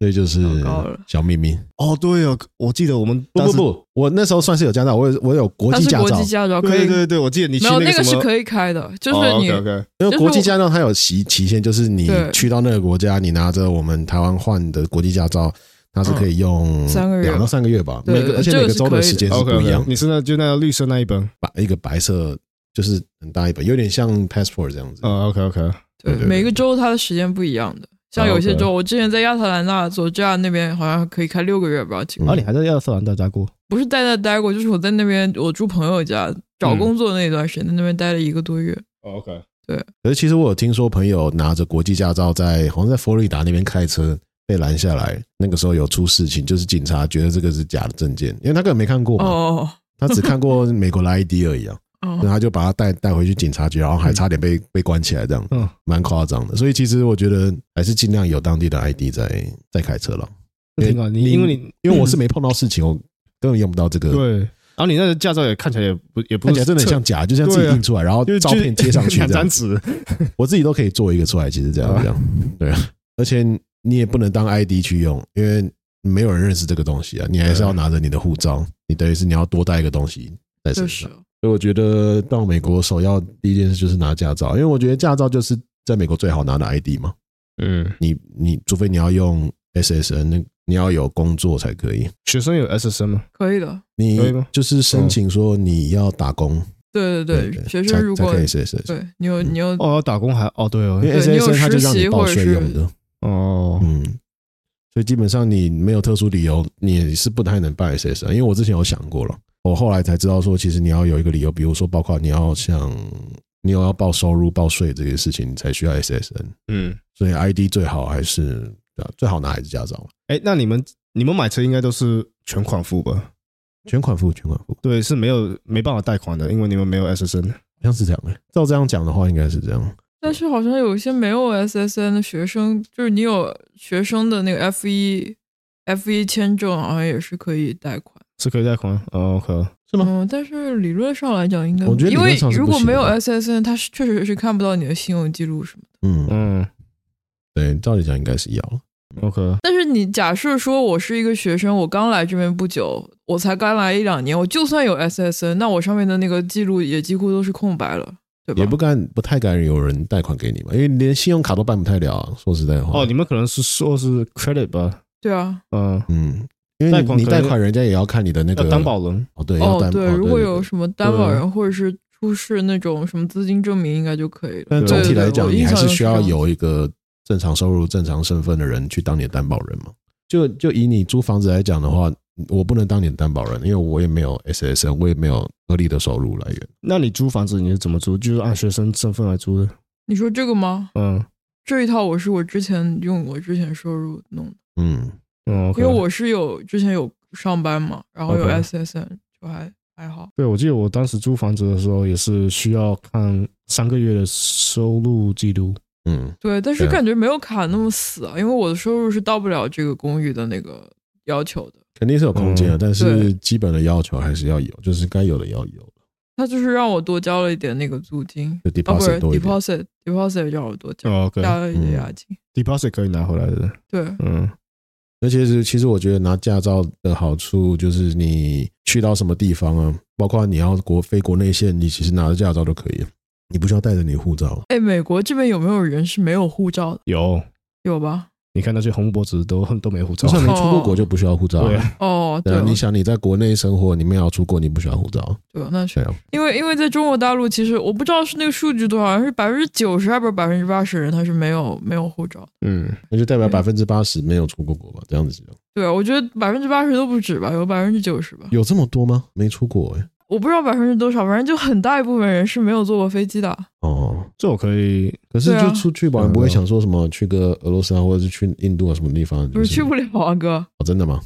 [SPEAKER 1] 这就是
[SPEAKER 3] 糟糕了
[SPEAKER 1] 小秘密。
[SPEAKER 2] 哦，对哦，我记得我们
[SPEAKER 1] 不
[SPEAKER 2] 当
[SPEAKER 1] 不
[SPEAKER 2] 时，
[SPEAKER 1] 不，我那时候算是有驾照，我有我有国
[SPEAKER 3] 他
[SPEAKER 1] 际
[SPEAKER 3] 是
[SPEAKER 1] 驾
[SPEAKER 3] 国
[SPEAKER 1] 照
[SPEAKER 3] 际，驾照可
[SPEAKER 2] 对
[SPEAKER 3] 以，
[SPEAKER 2] 对对对，我记得你去
[SPEAKER 3] 没有
[SPEAKER 2] 个
[SPEAKER 3] 那个哦
[SPEAKER 2] 什
[SPEAKER 3] 是
[SPEAKER 2] 么，哦
[SPEAKER 3] 可以开的，就是你
[SPEAKER 2] o k
[SPEAKER 1] 因为
[SPEAKER 3] 就是
[SPEAKER 1] 国际
[SPEAKER 3] 我
[SPEAKER 1] 驾照它有期期限，就是你
[SPEAKER 3] 对
[SPEAKER 1] 去到那个国家，你拿着我们台湾换的国际驾照，它是可以用
[SPEAKER 3] 嗯三个月
[SPEAKER 1] 两到三个月吧，
[SPEAKER 3] 对
[SPEAKER 1] 每个而且
[SPEAKER 3] 这个
[SPEAKER 1] 每个
[SPEAKER 3] 是
[SPEAKER 1] 州
[SPEAKER 3] 可以
[SPEAKER 1] 时间是
[SPEAKER 2] OK
[SPEAKER 1] 不一
[SPEAKER 2] OK，
[SPEAKER 1] 样，
[SPEAKER 2] 你是那就那绿色那一本，
[SPEAKER 1] 白一个白色就是很大一本，有点像 passport 这样子。
[SPEAKER 2] 呃，OK OK，
[SPEAKER 3] 对
[SPEAKER 1] 对对
[SPEAKER 3] 每个州它的时间不一样的。像
[SPEAKER 1] 啊
[SPEAKER 3] 有些
[SPEAKER 2] OK
[SPEAKER 3] 州，我之前在亚特兰大、佐治亚那边好像可以开六个月吧，
[SPEAKER 1] 嗯
[SPEAKER 2] 啊，你还在亚特兰大待过？
[SPEAKER 3] 不是在那待过，就是我在那边我住朋友家找
[SPEAKER 1] 嗯
[SPEAKER 3] 工作那段时间，在那边待了一个多月。
[SPEAKER 2] 哦，OK，
[SPEAKER 1] 可是其实我有听说朋友拿着国际驾照在好像在佛罗里达那边开车被拦下来，那个时候有出事情，就是警察觉得这个是假的证件，因为他根本没看过
[SPEAKER 3] 哦
[SPEAKER 1] 嘛，
[SPEAKER 3] 哦
[SPEAKER 1] 他只看过美国的 ID 而已
[SPEAKER 2] *laughs*
[SPEAKER 1] 啊，
[SPEAKER 3] 哦
[SPEAKER 1] 然后他就把他带带回去警察局，然后还差点被被关起来，这样
[SPEAKER 2] 嗯，
[SPEAKER 1] 蛮夸张的。所以其实我觉得还是尽量有当地的 ID 在在开车了，
[SPEAKER 2] 挺好，你
[SPEAKER 1] 你
[SPEAKER 2] 因为你
[SPEAKER 1] 因为我是没碰到事情，我根本用不到这个。
[SPEAKER 2] 对，然后你那个驾照也看起来也不也不
[SPEAKER 1] 看
[SPEAKER 2] 是
[SPEAKER 1] 起来真的很像假，就像自己
[SPEAKER 2] 对啊
[SPEAKER 1] 印出来，然后
[SPEAKER 2] 就是
[SPEAKER 1] 照片贴上去，
[SPEAKER 2] 两
[SPEAKER 1] 这样
[SPEAKER 2] 张。纸，
[SPEAKER 1] 我自己都可以做一个出来，其实这样
[SPEAKER 2] 啊
[SPEAKER 1] 这样，对啊，而且你也不能当 ID 去用，因为没有人认识这个东西啊，你还是要拿着你的护照，你等于是你要多带一个东西在身
[SPEAKER 3] 就
[SPEAKER 1] 上
[SPEAKER 3] 是。
[SPEAKER 1] 所以我觉得到美国首要第一件事就是拿驾照，因为我觉得驾照就是在美国最好拿的 ID 嘛，
[SPEAKER 2] *laughs* 嗯，
[SPEAKER 1] 你你除非你要用 SSN，你要有工作才可以，
[SPEAKER 2] 学生有 SSN 吗？
[SPEAKER 3] 可以的。
[SPEAKER 1] 你
[SPEAKER 2] 可以吗
[SPEAKER 1] 就是申请说你要打工，
[SPEAKER 3] 对对对，学生
[SPEAKER 1] 才
[SPEAKER 3] 如果
[SPEAKER 1] 才可以嗯 SSN，
[SPEAKER 3] 对你有你有
[SPEAKER 2] 哦，打工还哦，对哦
[SPEAKER 1] 因，为
[SPEAKER 3] 对你有
[SPEAKER 1] SSN 它就
[SPEAKER 3] 实
[SPEAKER 1] 让你
[SPEAKER 3] 习
[SPEAKER 1] 报
[SPEAKER 3] 或者
[SPEAKER 1] 税
[SPEAKER 3] 是
[SPEAKER 1] 用的。
[SPEAKER 2] 哦，
[SPEAKER 1] 嗯，所以基本上你没有特殊理由，你也是不太能办啊 SSN。因为我之前有想过了，我后来才知道说，其实你要有一个理由，比如说包括你要像你有要报收入、报税这些事情，你才需要 SSN。
[SPEAKER 2] 嗯，
[SPEAKER 1] 所以 ID 最好还是对啊，最好拿还是驾照，
[SPEAKER 2] 哎，那你们你们买车应该都是全款付吧？
[SPEAKER 1] 全款付，全款付，
[SPEAKER 2] 对，是没有没办法贷款的，因为你们没有 SSN。
[SPEAKER 1] 好像是这样的、照这样讲的话，应该是这样。
[SPEAKER 3] 但是好像有一些没有 SSN 的学生，就是你有学生的那个 F 一 F 一签证，好像也是可以贷款。
[SPEAKER 2] 是可以贷款哦，OK，
[SPEAKER 1] 是吗
[SPEAKER 3] 嗯，但是理论上来讲，应该
[SPEAKER 1] 我觉得理
[SPEAKER 3] 因
[SPEAKER 1] 论
[SPEAKER 3] 为
[SPEAKER 1] 上是不
[SPEAKER 3] 如果
[SPEAKER 1] 行
[SPEAKER 3] 没有
[SPEAKER 1] 的
[SPEAKER 3] SSN，它是确实是看不到你的信用记录什么的。
[SPEAKER 1] 嗯，
[SPEAKER 2] 嗯
[SPEAKER 1] 对，照理讲应该是要。
[SPEAKER 2] ，OK，
[SPEAKER 3] 但是你假设说我是一个学生，我刚来这边不久，我才刚来一两年，我就算有 SSN，那我上面的那个记录也几乎都是空白了，对吧？
[SPEAKER 1] 也不敢，不太敢有人贷款给你嘛，因为连信用卡都办不太了、啊。说实在话，
[SPEAKER 2] 哦，你们可能是说是 credit 吧，
[SPEAKER 3] 对啊，
[SPEAKER 2] 嗯，
[SPEAKER 1] 嗯，因为
[SPEAKER 2] 贷
[SPEAKER 1] 你
[SPEAKER 2] 款
[SPEAKER 1] 你
[SPEAKER 2] 可能
[SPEAKER 1] 贷款，人家也要看你的那
[SPEAKER 2] 要
[SPEAKER 1] 个
[SPEAKER 2] 担保人，
[SPEAKER 1] 哦，对，要
[SPEAKER 3] 哦
[SPEAKER 1] 担保。
[SPEAKER 3] 对，如果有什么担保
[SPEAKER 2] 对
[SPEAKER 3] 人或者是出示那种什么资金证明，应该就可以了。
[SPEAKER 1] 但总体来讲，
[SPEAKER 3] 对对对
[SPEAKER 1] 你还
[SPEAKER 3] 我印象
[SPEAKER 1] 需要
[SPEAKER 3] 中是这样
[SPEAKER 1] 有一个正常收入、正常身份的人去当你的担保人嘛。就就以你租房子来讲的话，我不能当你的担保人，因为我也没有 SSN，我也没有合理的收入来源。
[SPEAKER 2] 那你租房子你是怎么租？就是按学生身份来租的，
[SPEAKER 3] 你说这个吗？
[SPEAKER 2] 嗯
[SPEAKER 3] 这一套我是我之前用我之前收入弄的，
[SPEAKER 1] 嗯，
[SPEAKER 2] 嗯，OK，
[SPEAKER 3] 因为我是有之前有上班嘛，然后有
[SPEAKER 2] OK
[SPEAKER 3] SSN，就还还好。
[SPEAKER 2] 对，我记得我当时租房子的时候也是需要看三个月的收入记录。
[SPEAKER 1] 嗯，
[SPEAKER 3] 对，但是
[SPEAKER 1] 对啊
[SPEAKER 3] 感觉没有卡那么死啊，因为我的收入是到不了这个公寓的那个要求的。
[SPEAKER 1] 肯定是有空间的，啊
[SPEAKER 2] 嗯
[SPEAKER 1] 但是
[SPEAKER 3] 对
[SPEAKER 1] 基本的要求还是要有，就是该有的要有，
[SPEAKER 3] 他就是让我多交了一点那个租金，
[SPEAKER 1] 就
[SPEAKER 3] 啊，不是
[SPEAKER 1] deposit 多一点。
[SPEAKER 3] deposit deposit 让我多交，
[SPEAKER 2] 哦，OK，
[SPEAKER 3] 加了一
[SPEAKER 1] 嗯
[SPEAKER 3] 点押金。
[SPEAKER 2] deposit 可以拿回来的。
[SPEAKER 3] 对，
[SPEAKER 2] 嗯，
[SPEAKER 1] 而且是，其实我觉得拿驾照的好处就是，你去到什么地方啊，包括你要国飞国内线，你其实拿着驾照都可以，啊你不需要带着你护照。啊
[SPEAKER 3] 哎，美国这边有没有人是没有护照的？
[SPEAKER 2] 有
[SPEAKER 3] 有吧？
[SPEAKER 2] 你看那些红脖子都都没护照
[SPEAKER 1] 就，算没出过国就不需要护照、啊。
[SPEAKER 2] 对啊，
[SPEAKER 3] 哦，对
[SPEAKER 1] 对啊，
[SPEAKER 3] 哦，
[SPEAKER 1] 你想你在国内生活，你没有出国，你不需要护照。
[SPEAKER 3] 对哦，那是
[SPEAKER 1] 对啊，
[SPEAKER 3] 因为因为在中国大陆，其实我不知道是那个数据多少，好像是百分之九十还是百分之八十人他是没有没有护照的。
[SPEAKER 2] 嗯，
[SPEAKER 1] 那就代表
[SPEAKER 3] 对啊
[SPEAKER 1] 百分之八十没有出过国吧？这样子讲，
[SPEAKER 3] 对啊，我觉得百分之八十都不止吧，有百分之九十吧，
[SPEAKER 1] 有这么多吗？没出国哎、
[SPEAKER 3] 我不知道百分之多少，反正就很大一部分人是没有坐过飞机的。
[SPEAKER 1] 哦，
[SPEAKER 2] 这我可以，
[SPEAKER 1] 可是
[SPEAKER 3] 对啊
[SPEAKER 1] 就出去吧，
[SPEAKER 2] 嗯
[SPEAKER 1] 你不会想说什么去个俄罗斯啊，或者是去印度啊什么地方？
[SPEAKER 3] 不
[SPEAKER 1] 就是
[SPEAKER 3] 去不了啊，哥，
[SPEAKER 1] 哦真的吗？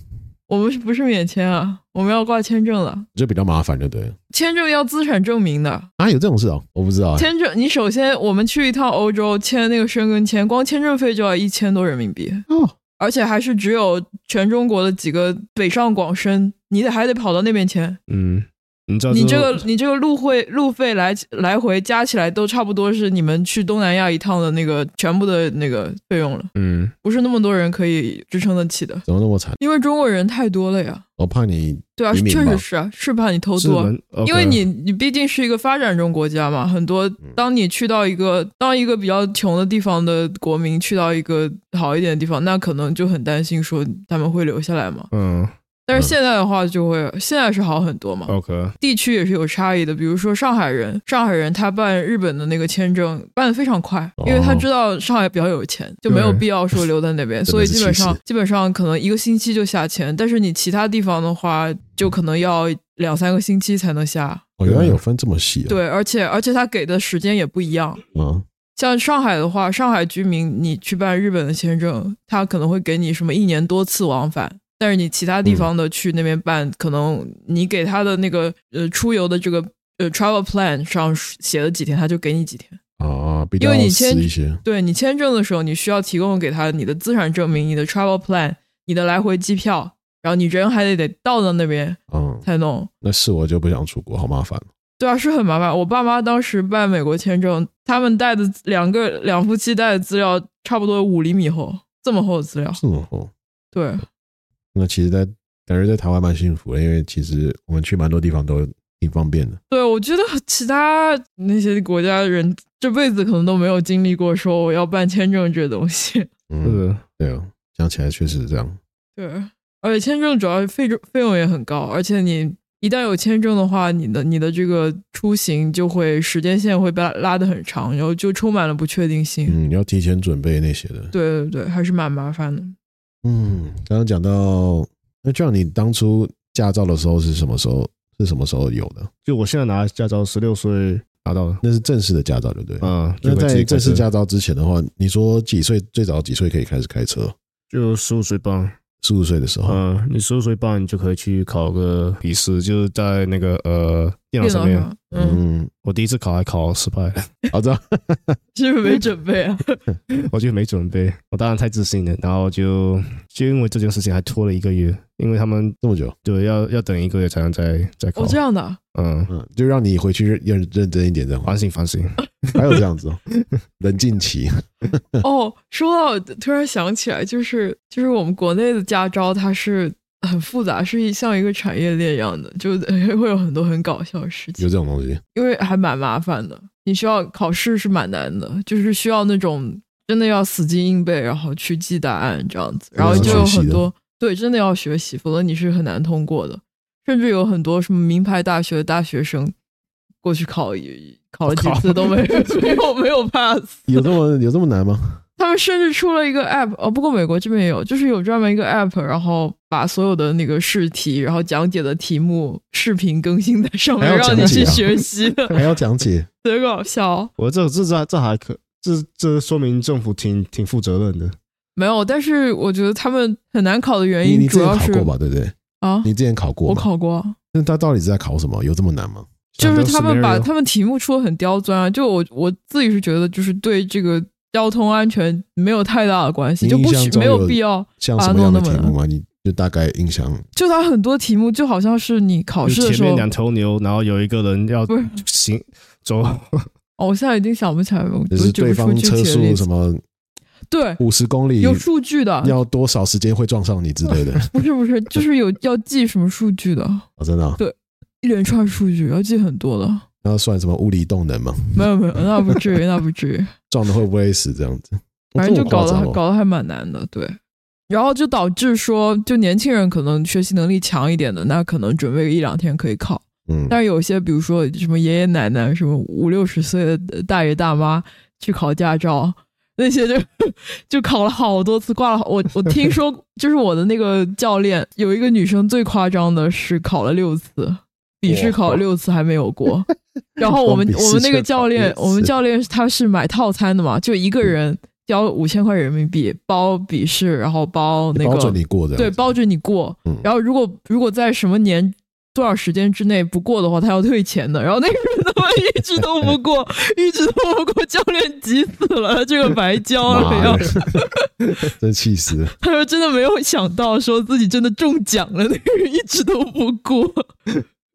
[SPEAKER 3] 我们是不是免签啊？我们要挂签证了，
[SPEAKER 1] 这比较麻烦，就对了。
[SPEAKER 3] 签证要资产证明的。
[SPEAKER 1] 啊，有这种事哦，我不知道、哎
[SPEAKER 3] 签证，你首先我们去一趟欧洲签那个申根签，光签证费就要一千多人民币，
[SPEAKER 1] 哦，
[SPEAKER 3] 而且还是只有全中国的几个北上广深，你得还得跑到那边签。
[SPEAKER 2] 嗯，你知道
[SPEAKER 3] 你这个你这个路费路费来来回加起来都差不多是你们去东南亚一趟的那个全部的那个费用了，
[SPEAKER 2] 嗯，
[SPEAKER 3] 不是那么多人可以支撑得起的，
[SPEAKER 1] 怎么那么惨？
[SPEAKER 3] 因为中国人太多了呀。
[SPEAKER 1] 我怕你
[SPEAKER 3] 对啊，
[SPEAKER 1] 移
[SPEAKER 3] 确
[SPEAKER 1] 民吧
[SPEAKER 3] 实是啊，是怕你偷
[SPEAKER 2] 日
[SPEAKER 3] 渡啊。
[SPEAKER 2] 本，OK 嗯
[SPEAKER 3] 因为你，你毕竟是一个发展中国家嘛，很多当你去到一个当一个比较穷的地方的国民去到一个好一点的地方，那可能就很担心说他们会留下来嘛。
[SPEAKER 2] 嗯哦
[SPEAKER 3] 但是现在的话，就会现在是好很多嘛。
[SPEAKER 2] ，OK，
[SPEAKER 3] 地区也是有差异的，比如说上海人，上海人他办日本的那个签证办的非常快，
[SPEAKER 1] 哦
[SPEAKER 3] 因为他知道上海比较有钱，就没有
[SPEAKER 2] 对
[SPEAKER 3] 必要说留在那
[SPEAKER 2] *laughs*
[SPEAKER 3] 边，所以基
[SPEAKER 1] 真
[SPEAKER 3] 本
[SPEAKER 1] 的
[SPEAKER 3] 上
[SPEAKER 1] 是
[SPEAKER 3] 基本上可能一个星期就下签，但是你其他地方的话，就可能要两三个星期才能下。
[SPEAKER 1] 哦，原来有分这么细、啊。，
[SPEAKER 3] 对，而且而且他给的时间也不一样。
[SPEAKER 1] 嗯，
[SPEAKER 3] 像上海的话，上海居民你去办日本的签证，他可能会给你什么一年多次往返，但是你其他地方的去那边办，可能你给他的那个呃出游的这个呃 travel plan 上写了几天，他就给你几天。
[SPEAKER 1] 啊，比较
[SPEAKER 3] 因为你
[SPEAKER 1] 死
[SPEAKER 3] 签
[SPEAKER 1] 一些。
[SPEAKER 3] 对你签证的时候，你需要提供给他你的资产证明、你的 travel plan、你的来回机票，然后你人还得得到到那边
[SPEAKER 1] 嗯，
[SPEAKER 3] 才弄。
[SPEAKER 1] 那是我就不想出国，好麻烦。哦
[SPEAKER 3] 对啊，是很麻烦。我爸妈当时办美国签证，他们带的两个两夫妻带的资料差不多有五厘米厚，这么厚的资料。
[SPEAKER 1] 这种哦，
[SPEAKER 3] 对，
[SPEAKER 1] 那其实在感觉在台湾蛮幸福的，因为其实我们去蛮多地方都挺方便的。
[SPEAKER 3] 对我觉得其他那些国家的人这辈子可能都没有经历过说我要办签证这东西。 *laughs*
[SPEAKER 2] 是
[SPEAKER 1] 嗯，
[SPEAKER 2] 的，
[SPEAKER 1] 对啊，想起来确实是这样。
[SPEAKER 3] 对，而且签证主要费费用也很高，而且你一旦有签证的话，你的你的这个出行就会时间线会被拉得很长，然后就充满了不确定性。
[SPEAKER 1] 嗯，要提前准备那些的。
[SPEAKER 3] 对对对，还是蛮麻烦的。
[SPEAKER 1] 嗯，刚刚讲到，那这样你当初驾照的时候是什么时候？是什么时候有的？
[SPEAKER 2] 就我现在拿驾照，十六岁拿到的，
[SPEAKER 1] 那是正式的驾照，对不对？
[SPEAKER 2] 嗯，
[SPEAKER 1] 那
[SPEAKER 2] 就可
[SPEAKER 1] 在
[SPEAKER 2] 以自己开
[SPEAKER 1] 正式
[SPEAKER 2] 车
[SPEAKER 1] 驾照之前的话，你说几岁最早几岁可以开始开车？
[SPEAKER 2] 就十五岁半，
[SPEAKER 1] 十五岁的时候，
[SPEAKER 2] 嗯，你十五岁半你就可以去考个笔试，就是在那个呃电
[SPEAKER 3] 电
[SPEAKER 2] 脑
[SPEAKER 3] 脑
[SPEAKER 2] 上面，
[SPEAKER 3] 上，嗯，
[SPEAKER 1] 嗯，
[SPEAKER 2] 我第一次考还考失败，
[SPEAKER 1] 好的，
[SPEAKER 3] 是不是没准备啊？
[SPEAKER 2] *laughs* 我就没准备，我当然太自信了，然后就就因为这件事情还拖了一个月，因为他们
[SPEAKER 1] 这么久，
[SPEAKER 2] 对要要等一个月才能再再考，
[SPEAKER 3] 哦，这样的啊，
[SPEAKER 2] 嗯，
[SPEAKER 1] 嗯，就让你回去认认认真一点，这样
[SPEAKER 2] 反省反省，
[SPEAKER 1] 还有这样子
[SPEAKER 2] *laughs*
[SPEAKER 1] 哦，冷静期，
[SPEAKER 3] 哦，说到我突然想起来，就是就是我们国内的驾照，它是很复杂，是一像一个产业链一样的，就 *laughs* 会有很多很搞笑的事
[SPEAKER 1] 有
[SPEAKER 3] 情，
[SPEAKER 1] 这种东
[SPEAKER 2] *laughs*
[SPEAKER 1] 西，
[SPEAKER 3] 因为还蛮麻烦的。你需要考试是蛮难的，就是需要那种真的要死记硬背，然后去记答案这样子，然后
[SPEAKER 1] 真的
[SPEAKER 3] 就
[SPEAKER 1] 要
[SPEAKER 3] 有
[SPEAKER 1] 学习
[SPEAKER 3] 很
[SPEAKER 1] 的
[SPEAKER 3] 多对，真的要学习，否则你是很难通过的。甚至有很多什么名牌大学的大学生过去考，也考了几
[SPEAKER 2] 考
[SPEAKER 3] 次都
[SPEAKER 1] *laughs*
[SPEAKER 3] 没没有没有 pass。
[SPEAKER 1] 有这么有这么难吗？
[SPEAKER 3] 他们甚至出了一个 app，哦，不过美国这边也有，就是有专门一个 app，然后把所有的那个试题，然后讲解的题目视频更新在上面，
[SPEAKER 1] 还要
[SPEAKER 3] 让你
[SPEAKER 1] 讲解
[SPEAKER 3] 去
[SPEAKER 1] 啊
[SPEAKER 3] 学习的， *laughs*
[SPEAKER 1] 还要讲解，
[SPEAKER 3] 贼搞笑。
[SPEAKER 2] 我这这这这还可这这说明政府挺挺负责任的，
[SPEAKER 3] 没有，但是我觉得他们很难考的原
[SPEAKER 1] 你
[SPEAKER 3] 因
[SPEAKER 1] 你之
[SPEAKER 3] 哎主
[SPEAKER 1] 前
[SPEAKER 3] 要
[SPEAKER 1] 考
[SPEAKER 3] 是
[SPEAKER 1] 过吧，对不对？
[SPEAKER 3] 啊，
[SPEAKER 1] 你之前考过
[SPEAKER 3] 我
[SPEAKER 1] 吗？
[SPEAKER 3] 考过啊，
[SPEAKER 1] 那他到底是在考什么？有这么难吗？
[SPEAKER 3] 就是他们把
[SPEAKER 2] scenario
[SPEAKER 3] 他们题目出的很刁钻啊，就我我自己是觉得，就是对这个交通安全没有太大的关系，
[SPEAKER 1] 你
[SPEAKER 3] 就不
[SPEAKER 1] 印象
[SPEAKER 3] 许
[SPEAKER 1] 中
[SPEAKER 3] 没有
[SPEAKER 1] 有
[SPEAKER 3] 必要。
[SPEAKER 1] 像什么样的题目吗？你就大概印象
[SPEAKER 3] 就它很多题目就好像是你考试
[SPEAKER 2] 就
[SPEAKER 3] 的
[SPEAKER 2] 前
[SPEAKER 3] 时候
[SPEAKER 2] 面，两头牛，然后有一个人要
[SPEAKER 3] 不是
[SPEAKER 2] 行走，
[SPEAKER 3] 哦，我现在已经想不起来了，我
[SPEAKER 1] 就
[SPEAKER 3] 我
[SPEAKER 1] 是
[SPEAKER 3] 举不
[SPEAKER 1] 对
[SPEAKER 3] 出
[SPEAKER 1] 方
[SPEAKER 3] 具
[SPEAKER 1] 车
[SPEAKER 3] 体的
[SPEAKER 1] 速
[SPEAKER 3] 例子
[SPEAKER 1] 什么
[SPEAKER 3] 对，
[SPEAKER 1] 五十公里
[SPEAKER 3] 有数啊据的，
[SPEAKER 1] 要多少时间会撞上你之类
[SPEAKER 3] *laughs*
[SPEAKER 1] 的
[SPEAKER 3] 不是不是，就是有要记什么数据的，
[SPEAKER 1] 哦，真的哦。
[SPEAKER 3] 一连串数据要记很多的。
[SPEAKER 1] 那算什么物理动能吗？
[SPEAKER 3] 没有没有，那不至于，那不至于。
[SPEAKER 1] 撞的会不会死这样子？
[SPEAKER 3] 反正就搞
[SPEAKER 1] 这
[SPEAKER 3] 得
[SPEAKER 1] 么夸
[SPEAKER 3] 还
[SPEAKER 1] 张哦
[SPEAKER 3] 搞得还蛮难的，对。然后就导致说，就年轻人可能学习能力强一点的，那可能准备个一两天可以考。
[SPEAKER 1] 嗯，
[SPEAKER 3] 但是有些，比如说什么爷爷奶奶、什么五六十岁的大爷大妈去考驾照，那些就 *laughs* 就考了好多次，挂了好。我
[SPEAKER 1] *laughs*
[SPEAKER 3] 我听说，就是我的那个教练有一个女生最夸张的是考了六次，笔试
[SPEAKER 1] 哇
[SPEAKER 3] 考了六次还没
[SPEAKER 1] *laughs*
[SPEAKER 3] 有过。然后我们
[SPEAKER 1] 光笔试
[SPEAKER 3] 我们那个
[SPEAKER 1] 就考
[SPEAKER 3] 教练
[SPEAKER 1] 六，次
[SPEAKER 3] 我们教练他是买套餐的嘛，就一个人交五千块人民币包笔试，然后包那个
[SPEAKER 1] 包准你过的，
[SPEAKER 3] 对，包着你过。
[SPEAKER 1] 嗯
[SPEAKER 3] 然后如果如果在什么年多少时间之内不过的话，他要退钱的。然后那个人他妈一直都
[SPEAKER 1] *laughs*
[SPEAKER 3] 不过，一直都不过，教练急死了，这个白交了。然
[SPEAKER 1] 妈
[SPEAKER 3] 后
[SPEAKER 1] 的，真气死了！
[SPEAKER 3] 他说真的没有想到，说自己真的中奖了，那个人一直都不过。 *laughs*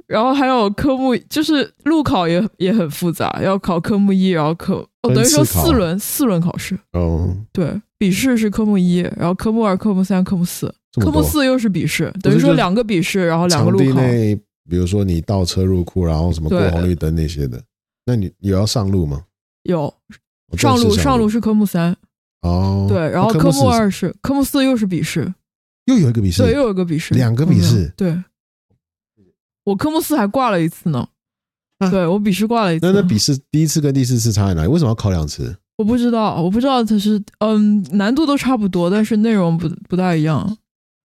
[SPEAKER 3] 然后还有科目，就是路考也也很复杂，要考科目一，然后科哦，
[SPEAKER 1] 分
[SPEAKER 3] 等于说
[SPEAKER 1] 次考啊
[SPEAKER 3] 四轮四轮考试，
[SPEAKER 1] 哦，
[SPEAKER 3] 对，笔试是科目一，然后科目二、科目三、科目四，
[SPEAKER 1] 这
[SPEAKER 3] 科
[SPEAKER 1] 么多
[SPEAKER 3] 目四又是笔试，
[SPEAKER 1] 不
[SPEAKER 3] 等
[SPEAKER 1] 是
[SPEAKER 3] 于说
[SPEAKER 1] 就
[SPEAKER 3] 两个笔试，然后两个
[SPEAKER 1] 场
[SPEAKER 3] 路
[SPEAKER 1] 地
[SPEAKER 3] 考。
[SPEAKER 1] 内，比如说你倒车入库，然后什么过
[SPEAKER 3] 对
[SPEAKER 1] 红绿灯那些的，那你也要上路吗？
[SPEAKER 3] 有
[SPEAKER 1] 哦这
[SPEAKER 3] 上
[SPEAKER 1] 是
[SPEAKER 3] 路，
[SPEAKER 1] 上
[SPEAKER 3] 上路是科目三，
[SPEAKER 1] 哦，
[SPEAKER 3] 对，然后
[SPEAKER 1] 那
[SPEAKER 3] 科
[SPEAKER 1] 四
[SPEAKER 3] 目二是科目四又是笔试，
[SPEAKER 1] 又有一个笔试，
[SPEAKER 3] 对，又有一个笔试，
[SPEAKER 1] 两个笔试
[SPEAKER 3] 嗯对，我科目四还挂了一次呢，
[SPEAKER 1] 啊
[SPEAKER 3] 对我笔试挂了一次。
[SPEAKER 1] 那那笔试第一次跟第四次差在哪里？为什么要考两次？
[SPEAKER 3] 我不知道，我不知道它是嗯难度都差不多，但是内容不不大一样。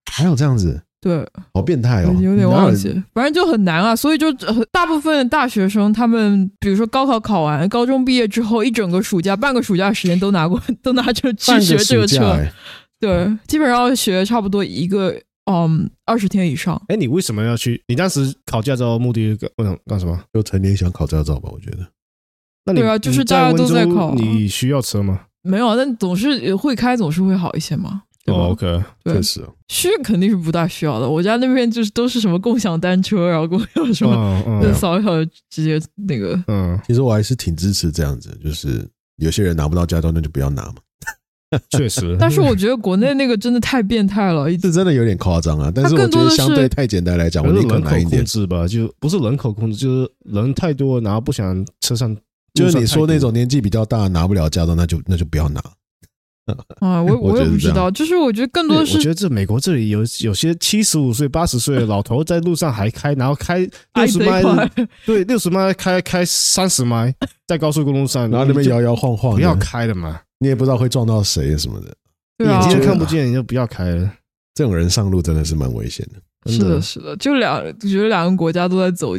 [SPEAKER 1] 还有这样子，
[SPEAKER 3] 对，
[SPEAKER 1] 好变态哦！
[SPEAKER 3] 有点
[SPEAKER 1] 哪有
[SPEAKER 3] 忘记，反正就很难啊。所以就呃大部分大学生，他们比如说高考考完，高中毕业之后，一整个暑假、半个暑假时间都拿过， *laughs* 都拿着去
[SPEAKER 1] 半
[SPEAKER 3] 学
[SPEAKER 1] 个
[SPEAKER 3] 这
[SPEAKER 1] 暑
[SPEAKER 3] 个
[SPEAKER 1] 假
[SPEAKER 3] 车。
[SPEAKER 1] 哎，
[SPEAKER 3] 对，基本上要学差不多一个嗯二十天以上。
[SPEAKER 2] 哎，你为什么要去？你当时考驾照的目的是干为什么干什么？
[SPEAKER 1] 就成年想考驾照吧，我觉得。
[SPEAKER 2] 那你
[SPEAKER 3] 对啊就是
[SPEAKER 2] 你
[SPEAKER 3] 大
[SPEAKER 2] 在
[SPEAKER 3] 家都
[SPEAKER 2] 温州
[SPEAKER 3] 在考
[SPEAKER 2] 你需要车吗？
[SPEAKER 3] 没有，啊但总是会开，总是会好一些嘛。对吧
[SPEAKER 2] 哦，OK，
[SPEAKER 3] 对
[SPEAKER 1] 确实哦，
[SPEAKER 3] 需肯定是不大需要的。我家那边就是都是什么共享单车，然后共享什么，
[SPEAKER 2] 嗯
[SPEAKER 3] 就
[SPEAKER 2] 嗯
[SPEAKER 3] 扫一扫直接那个。
[SPEAKER 2] 嗯，
[SPEAKER 1] 其实我还是挺支持这样子，就是有些人拿不到驾照，那就不要拿嘛。
[SPEAKER 2] 确实。
[SPEAKER 3] 但是我觉得国内那个真的太变态了，一
[SPEAKER 1] 这真的有点夸张啊，但是我
[SPEAKER 3] 更
[SPEAKER 1] 觉
[SPEAKER 3] 多
[SPEAKER 1] 得
[SPEAKER 3] 的
[SPEAKER 1] 相
[SPEAKER 3] 是
[SPEAKER 1] 对太简单来讲，
[SPEAKER 2] 可
[SPEAKER 1] 我
[SPEAKER 2] 能
[SPEAKER 1] 宁可
[SPEAKER 2] 人
[SPEAKER 1] 难一
[SPEAKER 2] 口控
[SPEAKER 1] 点。
[SPEAKER 2] 制吧，就不是人口控制，就是人太多，然后不想车上。
[SPEAKER 1] 就是你
[SPEAKER 2] 路上太
[SPEAKER 1] 说那
[SPEAKER 2] 多
[SPEAKER 1] 种年纪比较大拿不了驾照，那就那就不要拿。
[SPEAKER 3] 啊，
[SPEAKER 2] *laughs*
[SPEAKER 3] 我
[SPEAKER 1] 我
[SPEAKER 3] 我
[SPEAKER 1] 觉
[SPEAKER 3] 也
[SPEAKER 1] 得
[SPEAKER 3] 不
[SPEAKER 1] 这
[SPEAKER 3] 知
[SPEAKER 1] 样
[SPEAKER 3] 道，就是我觉得更
[SPEAKER 2] 对
[SPEAKER 3] 多的
[SPEAKER 2] 我
[SPEAKER 3] 是
[SPEAKER 2] 觉得这美国这里有有些七十五岁、八十岁的老头在路上还开，然后开六
[SPEAKER 3] 挨
[SPEAKER 2] 十
[SPEAKER 3] 贼
[SPEAKER 2] 迈，
[SPEAKER 3] 快。
[SPEAKER 2] *laughs* 对，六十迈开开三十迈，在高速公路上，
[SPEAKER 1] 然后那边
[SPEAKER 2] 你就
[SPEAKER 1] 摇摇晃晃
[SPEAKER 2] 不
[SPEAKER 1] 的，
[SPEAKER 2] 要开了嘛，
[SPEAKER 1] 你也不知道会撞到谁什么的。
[SPEAKER 3] 对
[SPEAKER 2] 眼
[SPEAKER 3] 啊，
[SPEAKER 2] 睛
[SPEAKER 1] 就
[SPEAKER 2] 看不见你就不要开了。
[SPEAKER 1] 这种人上路真的是蛮危险的。
[SPEAKER 2] 真
[SPEAKER 3] *laughs* 是的，是的，就两，我觉得两个国家都在走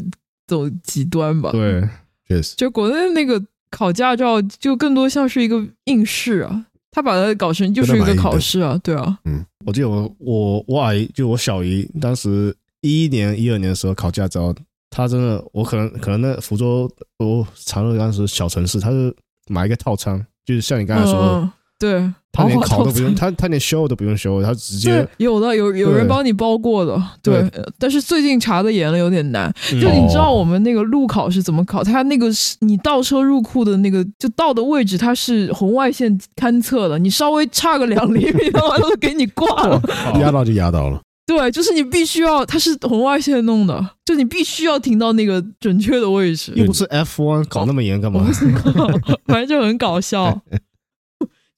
[SPEAKER 3] 走极端吧。，
[SPEAKER 2] 对，
[SPEAKER 1] 确实，
[SPEAKER 3] 就国内那个考驾照，就更多像是一个应试啊，他把它搞成就是一个考试啊，对啊，
[SPEAKER 2] 我记得我我我阿姨就我小姨，当时一一年、一二年的时候考驾照，她真的，我可能可能那福州呃我长乐当时小城市，她是买一个套餐，就是像你刚才说的，
[SPEAKER 3] 嗯，对，
[SPEAKER 2] 她连
[SPEAKER 3] 好好
[SPEAKER 2] 考都不用，
[SPEAKER 3] 操
[SPEAKER 2] 她她连修都不用修，她直接
[SPEAKER 3] 对，有的有有
[SPEAKER 2] 对
[SPEAKER 3] 人帮你包过的，对，呃但是最近查的严了，有点难。
[SPEAKER 2] 嗯
[SPEAKER 3] 就你知道
[SPEAKER 1] 哦
[SPEAKER 3] 我们那个路考是怎么考？它那个是你倒车入库的那个，就倒的位置它是红外线勘测的，你稍微差个两厘米，他妈都给你挂了。
[SPEAKER 1] 压到就压到了。
[SPEAKER 3] 对，就是你必须要，它是红外线弄的，就你必须要停到那个准确的位置。
[SPEAKER 2] 又不是 F 1搞那么严干
[SPEAKER 3] 我
[SPEAKER 2] 嘛
[SPEAKER 3] 不？知道， *laughs* 反正就很搞笑。 *laughs*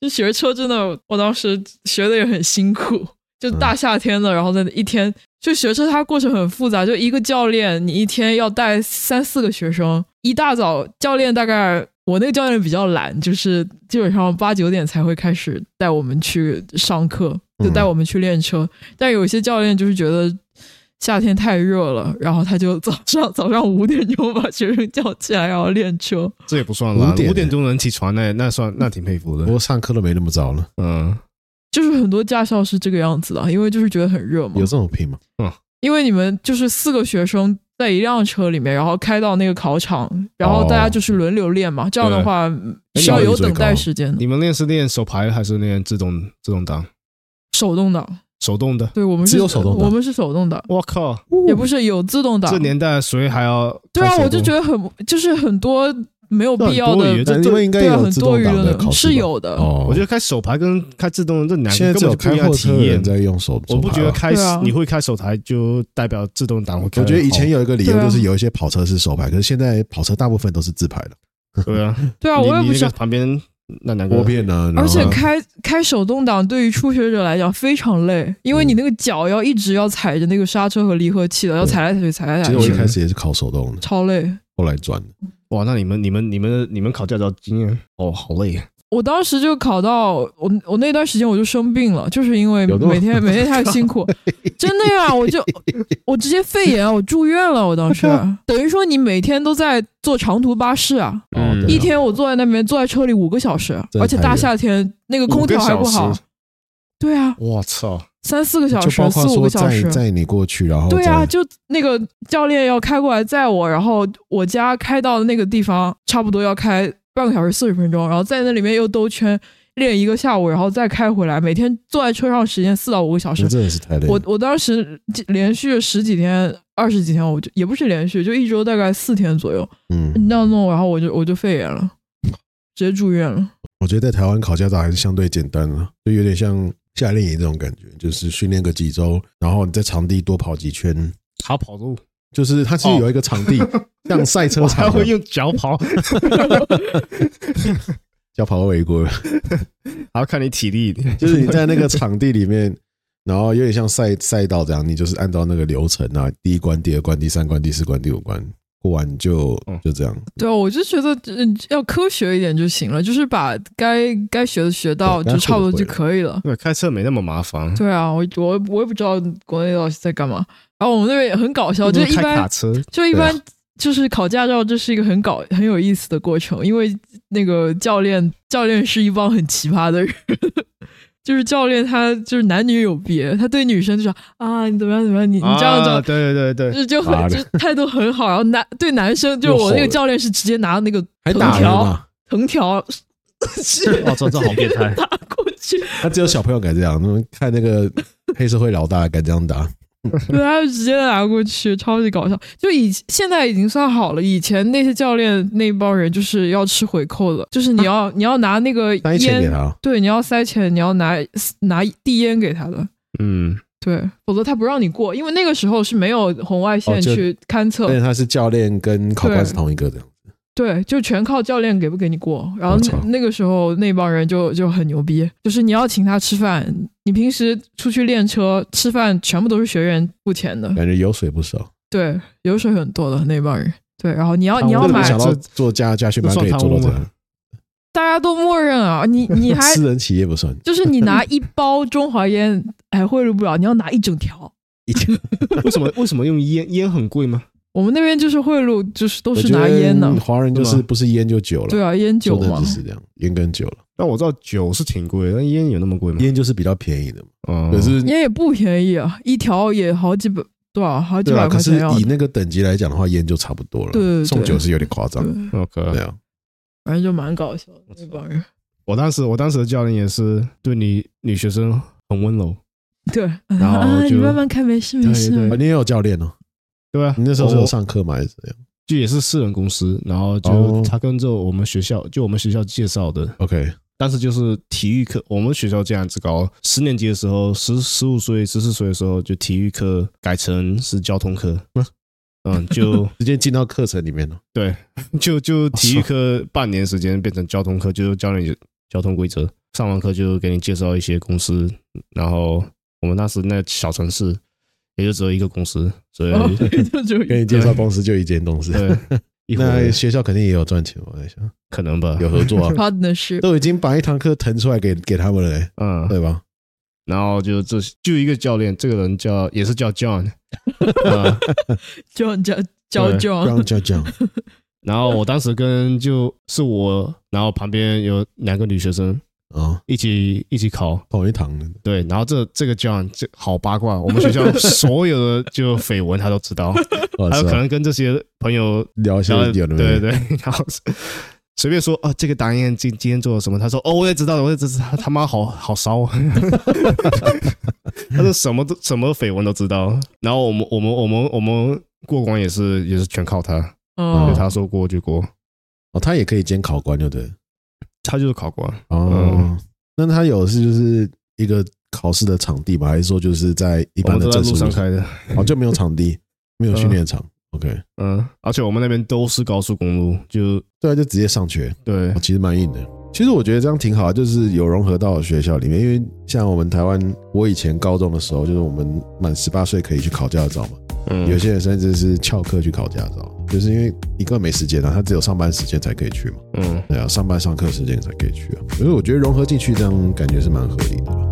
[SPEAKER 3] 就学车真的，我当时学的也很辛
[SPEAKER 2] 嗯
[SPEAKER 3] 苦，就大夏天的，然后在一天就学车，它过程很复杂，就一个教练，你一天要带三四个学生，一大早教练大概。我那个教练比较懒，就是基本上八九点才会开始带我们去上课，就带我们去练车。但有些教练就是觉得夏天太热了，然后他就早上早上五点钟把学生叫起来，然后练车。
[SPEAKER 2] 这也不算啦，
[SPEAKER 1] 五点
[SPEAKER 2] 五点钟能起床那那算那挺佩服
[SPEAKER 1] 不
[SPEAKER 2] 的。
[SPEAKER 1] 过上课都没那么早了，
[SPEAKER 2] 嗯，
[SPEAKER 3] 就是很多驾校是这个样子的，因为就是觉得很热嘛
[SPEAKER 1] 有。这种拼吗？
[SPEAKER 3] 因为你们就是四个学生在一辆车里面，然后开到那个考场，然后大家就是轮流练嘛。这样的话是要有等待时间的，
[SPEAKER 2] 你们练是练手排还是练自动自动挡？
[SPEAKER 3] 手动挡。
[SPEAKER 2] 手动的？
[SPEAKER 3] 对我们是
[SPEAKER 1] 只有手动挡
[SPEAKER 3] 我们是手动挡，
[SPEAKER 2] 我靠，
[SPEAKER 3] 也不是有自动挡
[SPEAKER 2] 这。年代谁还要
[SPEAKER 3] 对
[SPEAKER 2] 开
[SPEAKER 3] 啊
[SPEAKER 2] 手，动？
[SPEAKER 3] 我就觉得很就是很多没有必要
[SPEAKER 2] 这很多
[SPEAKER 3] 的，
[SPEAKER 2] 余这
[SPEAKER 1] 但因为应该
[SPEAKER 3] 对啊，
[SPEAKER 1] 有
[SPEAKER 3] 很
[SPEAKER 1] 自
[SPEAKER 3] 多
[SPEAKER 1] 动
[SPEAKER 3] 余
[SPEAKER 1] 挡的
[SPEAKER 3] 的
[SPEAKER 1] 考试吧
[SPEAKER 3] 是有的。
[SPEAKER 1] 哦，
[SPEAKER 2] 我觉得开手排跟开自动的这两
[SPEAKER 1] 现
[SPEAKER 2] 个
[SPEAKER 1] 在
[SPEAKER 2] 根
[SPEAKER 1] 只有开
[SPEAKER 2] 本就不一样
[SPEAKER 1] 货
[SPEAKER 2] 的
[SPEAKER 1] 车
[SPEAKER 2] 体
[SPEAKER 1] 的人
[SPEAKER 2] 验。
[SPEAKER 1] 在用手，
[SPEAKER 2] 我不觉得
[SPEAKER 1] 手排吧
[SPEAKER 2] 开
[SPEAKER 3] 对啊
[SPEAKER 2] 你会开手排就代表自动挡会开
[SPEAKER 1] 我
[SPEAKER 2] 得好。
[SPEAKER 1] 觉得以前有一个理由
[SPEAKER 3] 对啊
[SPEAKER 1] 就是有一些跑车是手排，可是现在跑车大部分都是自排的。
[SPEAKER 2] 对啊，
[SPEAKER 3] *laughs* 对啊，
[SPEAKER 2] 你
[SPEAKER 3] 我也
[SPEAKER 2] 你
[SPEAKER 3] 不
[SPEAKER 2] 那
[SPEAKER 3] 知
[SPEAKER 2] 个
[SPEAKER 3] 道。
[SPEAKER 2] 旁边那两个
[SPEAKER 1] 拨片啊，然后
[SPEAKER 3] 而且开开手动挡对于初学者来讲非常累，因为
[SPEAKER 1] 嗯
[SPEAKER 3] 你那个脚要一直要踩着那个刹车和离合器的，要踩来踩去，踩来
[SPEAKER 1] 其
[SPEAKER 3] 踩
[SPEAKER 1] 实我一
[SPEAKER 3] 去，
[SPEAKER 1] 开始也是考手动的，
[SPEAKER 3] 超累。
[SPEAKER 1] 后来转的。
[SPEAKER 2] 哇，那你们你们你们你们考驾照经验哦，好累啊！
[SPEAKER 3] 我当时就考到我我那段时间我就生病了，就是因为
[SPEAKER 1] 有那么
[SPEAKER 3] 每天每天太辛
[SPEAKER 1] *laughs*
[SPEAKER 3] 苦，真的呀，我就我直接肺炎，我住院了，我
[SPEAKER 1] *laughs*
[SPEAKER 3] 当时等于说你每天都在坐长途巴士啊，
[SPEAKER 1] 哦
[SPEAKER 2] 嗯
[SPEAKER 1] 对啊
[SPEAKER 3] 一天我坐在那边坐在车里五个小时，
[SPEAKER 1] 真的
[SPEAKER 3] 而且
[SPEAKER 1] 太
[SPEAKER 3] 大
[SPEAKER 1] 远
[SPEAKER 3] 夏天那个空调还不好，对啊，
[SPEAKER 2] 我操！
[SPEAKER 3] 三四个小
[SPEAKER 1] 就包括
[SPEAKER 3] 时，四五
[SPEAKER 1] 说
[SPEAKER 3] 个小
[SPEAKER 1] 载
[SPEAKER 3] 时，
[SPEAKER 1] 载你过去，然后
[SPEAKER 3] 对啊，
[SPEAKER 1] 再
[SPEAKER 3] 就那个教练要开过来载我，然后我家开到那个地方，差不多要开半个小时四十分钟，然后在那里面又兜圈练一个下午，然后再开回来，每天坐在车上时间四到五个小时
[SPEAKER 1] 那。真的是太累了。
[SPEAKER 3] 我我当时连续十几天、二十几天，我就也不是连续，就一周大概四天左右，
[SPEAKER 1] 嗯，
[SPEAKER 3] 你那样弄，然后我就我就肺炎了，直接住院了。
[SPEAKER 1] 我觉得在台湾考驾照还是相对简单了，就有点像夏令营这种感觉，就是训练个几周，然后你在场地多跑几圈，
[SPEAKER 2] 他
[SPEAKER 1] *laughs*
[SPEAKER 2] 跑路，
[SPEAKER 1] 就是它其实有一个场地，
[SPEAKER 3] 哦
[SPEAKER 1] 像赛车
[SPEAKER 2] 我
[SPEAKER 3] *laughs*
[SPEAKER 2] 还
[SPEAKER 1] 场
[SPEAKER 2] 会
[SPEAKER 1] 的，
[SPEAKER 2] 用脚跑，
[SPEAKER 1] 叫跑违规，
[SPEAKER 2] 还要看你体力。
[SPEAKER 1] *laughs*
[SPEAKER 2] *laughs*
[SPEAKER 1] 就是你在那个场地里面，然后有点像赛赛道这样，你就是按照那个流程啊，第一关、第二关、第三关、第四关、第五关。过完就
[SPEAKER 2] 嗯
[SPEAKER 1] 就这样，
[SPEAKER 3] 对啊，我就觉得嗯，要科学一点就行了，就是把该该学的学到，
[SPEAKER 1] 对
[SPEAKER 3] 就差不多
[SPEAKER 1] 该会
[SPEAKER 3] 就
[SPEAKER 1] 的会
[SPEAKER 3] 可以了。
[SPEAKER 2] 对，开车没那么麻
[SPEAKER 3] *laughs*
[SPEAKER 2] 烦。
[SPEAKER 3] 对啊，我我我也不知道国内老师在干嘛。然后我们那边也很搞笑，啊就
[SPEAKER 2] 不如
[SPEAKER 3] 一
[SPEAKER 2] 开卡
[SPEAKER 3] 般
[SPEAKER 2] 车，
[SPEAKER 3] 就一
[SPEAKER 1] 啊
[SPEAKER 3] 般就是考驾照，这是一个很搞很有意思的过程，因为那个教练教练是一帮很奇葩的人。 *laughs* 就是教练他就是男女有别，他对女生就说啊你怎么样怎么样，你你这样这
[SPEAKER 2] 啊
[SPEAKER 3] 样，
[SPEAKER 2] 对对对对，
[SPEAKER 3] 就就
[SPEAKER 1] 妈
[SPEAKER 3] 很
[SPEAKER 1] 的
[SPEAKER 3] 就态度很好。然后男对男生，就
[SPEAKER 1] 又
[SPEAKER 3] 我那
[SPEAKER 1] 吼
[SPEAKER 3] 个
[SPEAKER 1] 了
[SPEAKER 3] 教练是直接拿那个
[SPEAKER 1] 还
[SPEAKER 3] 藤
[SPEAKER 1] 打人
[SPEAKER 3] 条
[SPEAKER 1] 嘛？
[SPEAKER 3] 藤条 *laughs* *laughs* 是。
[SPEAKER 2] 哦，这这好变态
[SPEAKER 3] 打过去，
[SPEAKER 1] *laughs* 他只有小朋友敢这样，那么看那个黑社会老大敢这样打，
[SPEAKER 3] 对，他就直接拿过去，超级搞笑。就以现在已经算好了，以前那些教练那帮人就是要吃回扣的，就是你要、你要拿那个
[SPEAKER 1] 啊塞钱给
[SPEAKER 3] 烟，
[SPEAKER 1] 他，
[SPEAKER 3] 对，你要塞钱，你要拿拿递烟给他的，
[SPEAKER 2] *laughs* 嗯，
[SPEAKER 3] 对，否则他不让你过，因为那个时候是没有红外线
[SPEAKER 1] 哦就
[SPEAKER 3] 去勘测，
[SPEAKER 1] 而且他是教练跟考官是同一个的，
[SPEAKER 3] 对，就全靠教练给不给你过。然后
[SPEAKER 1] 我操
[SPEAKER 3] 那那个时候那帮人就就很牛逼，就是你要请他吃饭，你平时出去练车吃饭全部都是学员付钱的，
[SPEAKER 1] 感觉油水不少。
[SPEAKER 3] 对，油水很多的那帮人。对，然后你要
[SPEAKER 2] 贪污
[SPEAKER 3] 你要
[SPEAKER 1] 真的
[SPEAKER 3] 买
[SPEAKER 1] 没，想到
[SPEAKER 2] 这
[SPEAKER 1] 做家家训班可以
[SPEAKER 2] 这
[SPEAKER 1] 做
[SPEAKER 2] 算贪污
[SPEAKER 1] 到这
[SPEAKER 2] 吗
[SPEAKER 1] 样，
[SPEAKER 3] 大家都默认啊，你 *laughs* 你还
[SPEAKER 1] 私人企业不算，
[SPEAKER 3] 就是你拿一包中华烟还贿赂不了，你要拿一整条。
[SPEAKER 1] 一天
[SPEAKER 2] 为什么为什么用烟？烟很贵吗？
[SPEAKER 3] 我们那边就是贿赂，就是都是拿烟的
[SPEAKER 1] 我觉得，华人就是
[SPEAKER 2] 对吗
[SPEAKER 1] 不是烟就酒了，
[SPEAKER 3] 对啊，烟酒
[SPEAKER 1] 说真的
[SPEAKER 3] 嘛
[SPEAKER 1] 就，是这样，烟跟酒了，
[SPEAKER 2] 那我知道酒是挺贵，但烟有那么贵吗？
[SPEAKER 1] 烟就是比较便宜的嘛，
[SPEAKER 2] 哦，
[SPEAKER 1] 可是
[SPEAKER 3] 烟也不便宜啊，一条也好几百多少，好几
[SPEAKER 1] 对啊，
[SPEAKER 3] 百
[SPEAKER 1] 可
[SPEAKER 3] 块
[SPEAKER 1] 是
[SPEAKER 3] 钱要
[SPEAKER 1] 以。那个等级来讲的话，烟就差不多了，
[SPEAKER 3] 对对对
[SPEAKER 1] 送酒是有点夸张
[SPEAKER 3] 对，，
[SPEAKER 2] OK，
[SPEAKER 1] 对啊，
[SPEAKER 3] 反正就蛮搞笑的那帮人。
[SPEAKER 2] 我当时我当时的教练也是对女女学生很温柔，
[SPEAKER 3] 对，
[SPEAKER 2] 然后
[SPEAKER 3] 啊，你
[SPEAKER 2] 就
[SPEAKER 3] 慢慢开，没事没
[SPEAKER 2] 对
[SPEAKER 1] 啊
[SPEAKER 3] 事。
[SPEAKER 1] 你也有教练哦，
[SPEAKER 2] 对吧、
[SPEAKER 1] 你那时候是有
[SPEAKER 2] 我
[SPEAKER 1] 上课吗？还是怎样
[SPEAKER 2] 就也是私人公司，然后就
[SPEAKER 1] 哦
[SPEAKER 2] 他跟着我们学校，就我们学校介绍的，
[SPEAKER 1] ？OK，
[SPEAKER 2] 当时就是体育课，我们学校这样子搞，十年级的时候，十十五岁、十四岁的时候，就体育课改成是交通课
[SPEAKER 1] 啊。
[SPEAKER 2] 嗯，就
[SPEAKER 1] 直接进到课程里面哦了，
[SPEAKER 2] 就
[SPEAKER 1] 哦
[SPEAKER 2] 就体育课半年时间变成交通课，就是教你交通规则。上完课就给你介绍一些公司，然后我们当时那小城市也就只有一个公司，所以、
[SPEAKER 1] 哦
[SPEAKER 3] 然后就就
[SPEAKER 1] 给你介绍公司就一间公司， *laughs*
[SPEAKER 2] 对，一会
[SPEAKER 1] 那
[SPEAKER 2] 儿
[SPEAKER 1] 学校肯定也有赚钱吧，我在想
[SPEAKER 2] 可能吧，
[SPEAKER 1] 有合作啊，
[SPEAKER 3] partnership，
[SPEAKER 1] 都已经把一堂课腾出来给给他们了、欸，
[SPEAKER 2] *laughs* 嗯，
[SPEAKER 1] 对吧？
[SPEAKER 2] 然后就这就一个教练，这个人叫也是
[SPEAKER 1] *laughs*
[SPEAKER 2] 叫 John，啊、
[SPEAKER 3] 就叫叫
[SPEAKER 2] 对
[SPEAKER 1] 不
[SPEAKER 3] 叫
[SPEAKER 1] 让就这样，
[SPEAKER 2] 然后我当时跟就是我，然后旁边有两个女学生
[SPEAKER 1] 啊，
[SPEAKER 2] 一起一起考，
[SPEAKER 1] 同一堂的，
[SPEAKER 2] 对，然后这这个 John 这好八卦，我们学
[SPEAKER 1] *laughs*
[SPEAKER 2] 校所有的就绯闻他都知道，
[SPEAKER 1] 哦
[SPEAKER 2] 还有
[SPEAKER 1] 是
[SPEAKER 2] 可
[SPEAKER 1] 啊
[SPEAKER 2] 能跟这些朋友
[SPEAKER 1] 聊一些
[SPEAKER 2] 然后
[SPEAKER 1] 有的
[SPEAKER 2] 对
[SPEAKER 1] 没的
[SPEAKER 2] 对，对，然后随便说啊，这个导演今今天做了什么？他说哦，我也知道了，我也知道，他他妈好好骚啊， *laughs* 他说什么都什么绯闻都知道。然后我们我们我们我们过关也是也是全靠他，
[SPEAKER 3] 嗯
[SPEAKER 2] 就，他说过就过，
[SPEAKER 1] 哦，他也可以兼考官，就对了。
[SPEAKER 2] 他就是考官。
[SPEAKER 1] 哦，那他有是就是一个考试的场地吗？还是说就是在一
[SPEAKER 2] 我
[SPEAKER 1] 般
[SPEAKER 2] 们
[SPEAKER 1] 的
[SPEAKER 2] 都在
[SPEAKER 1] 证
[SPEAKER 2] 路
[SPEAKER 1] 书
[SPEAKER 2] 上开的，
[SPEAKER 1] 哦，就没有场地，没有训练场。OK，
[SPEAKER 2] 嗯，而且我们那边都是高速公路，就
[SPEAKER 1] 对啊，就直接上学，
[SPEAKER 2] 对
[SPEAKER 1] 哦，其实蛮硬的。其实我觉得这样挺好，就是有融合到学校里面，因为像我们台湾，我以前高中的时候，就是我们满十八岁可以去考驾照嘛，
[SPEAKER 4] 嗯，
[SPEAKER 1] 有些人甚至是翘课去考驾照，就是因为一个没时间啊，他只有上班时间才可以去嘛，
[SPEAKER 4] 嗯
[SPEAKER 1] 对啊，上班上课时间才可以去啊，所以我觉得融合进去这样感觉是蛮合理的啦。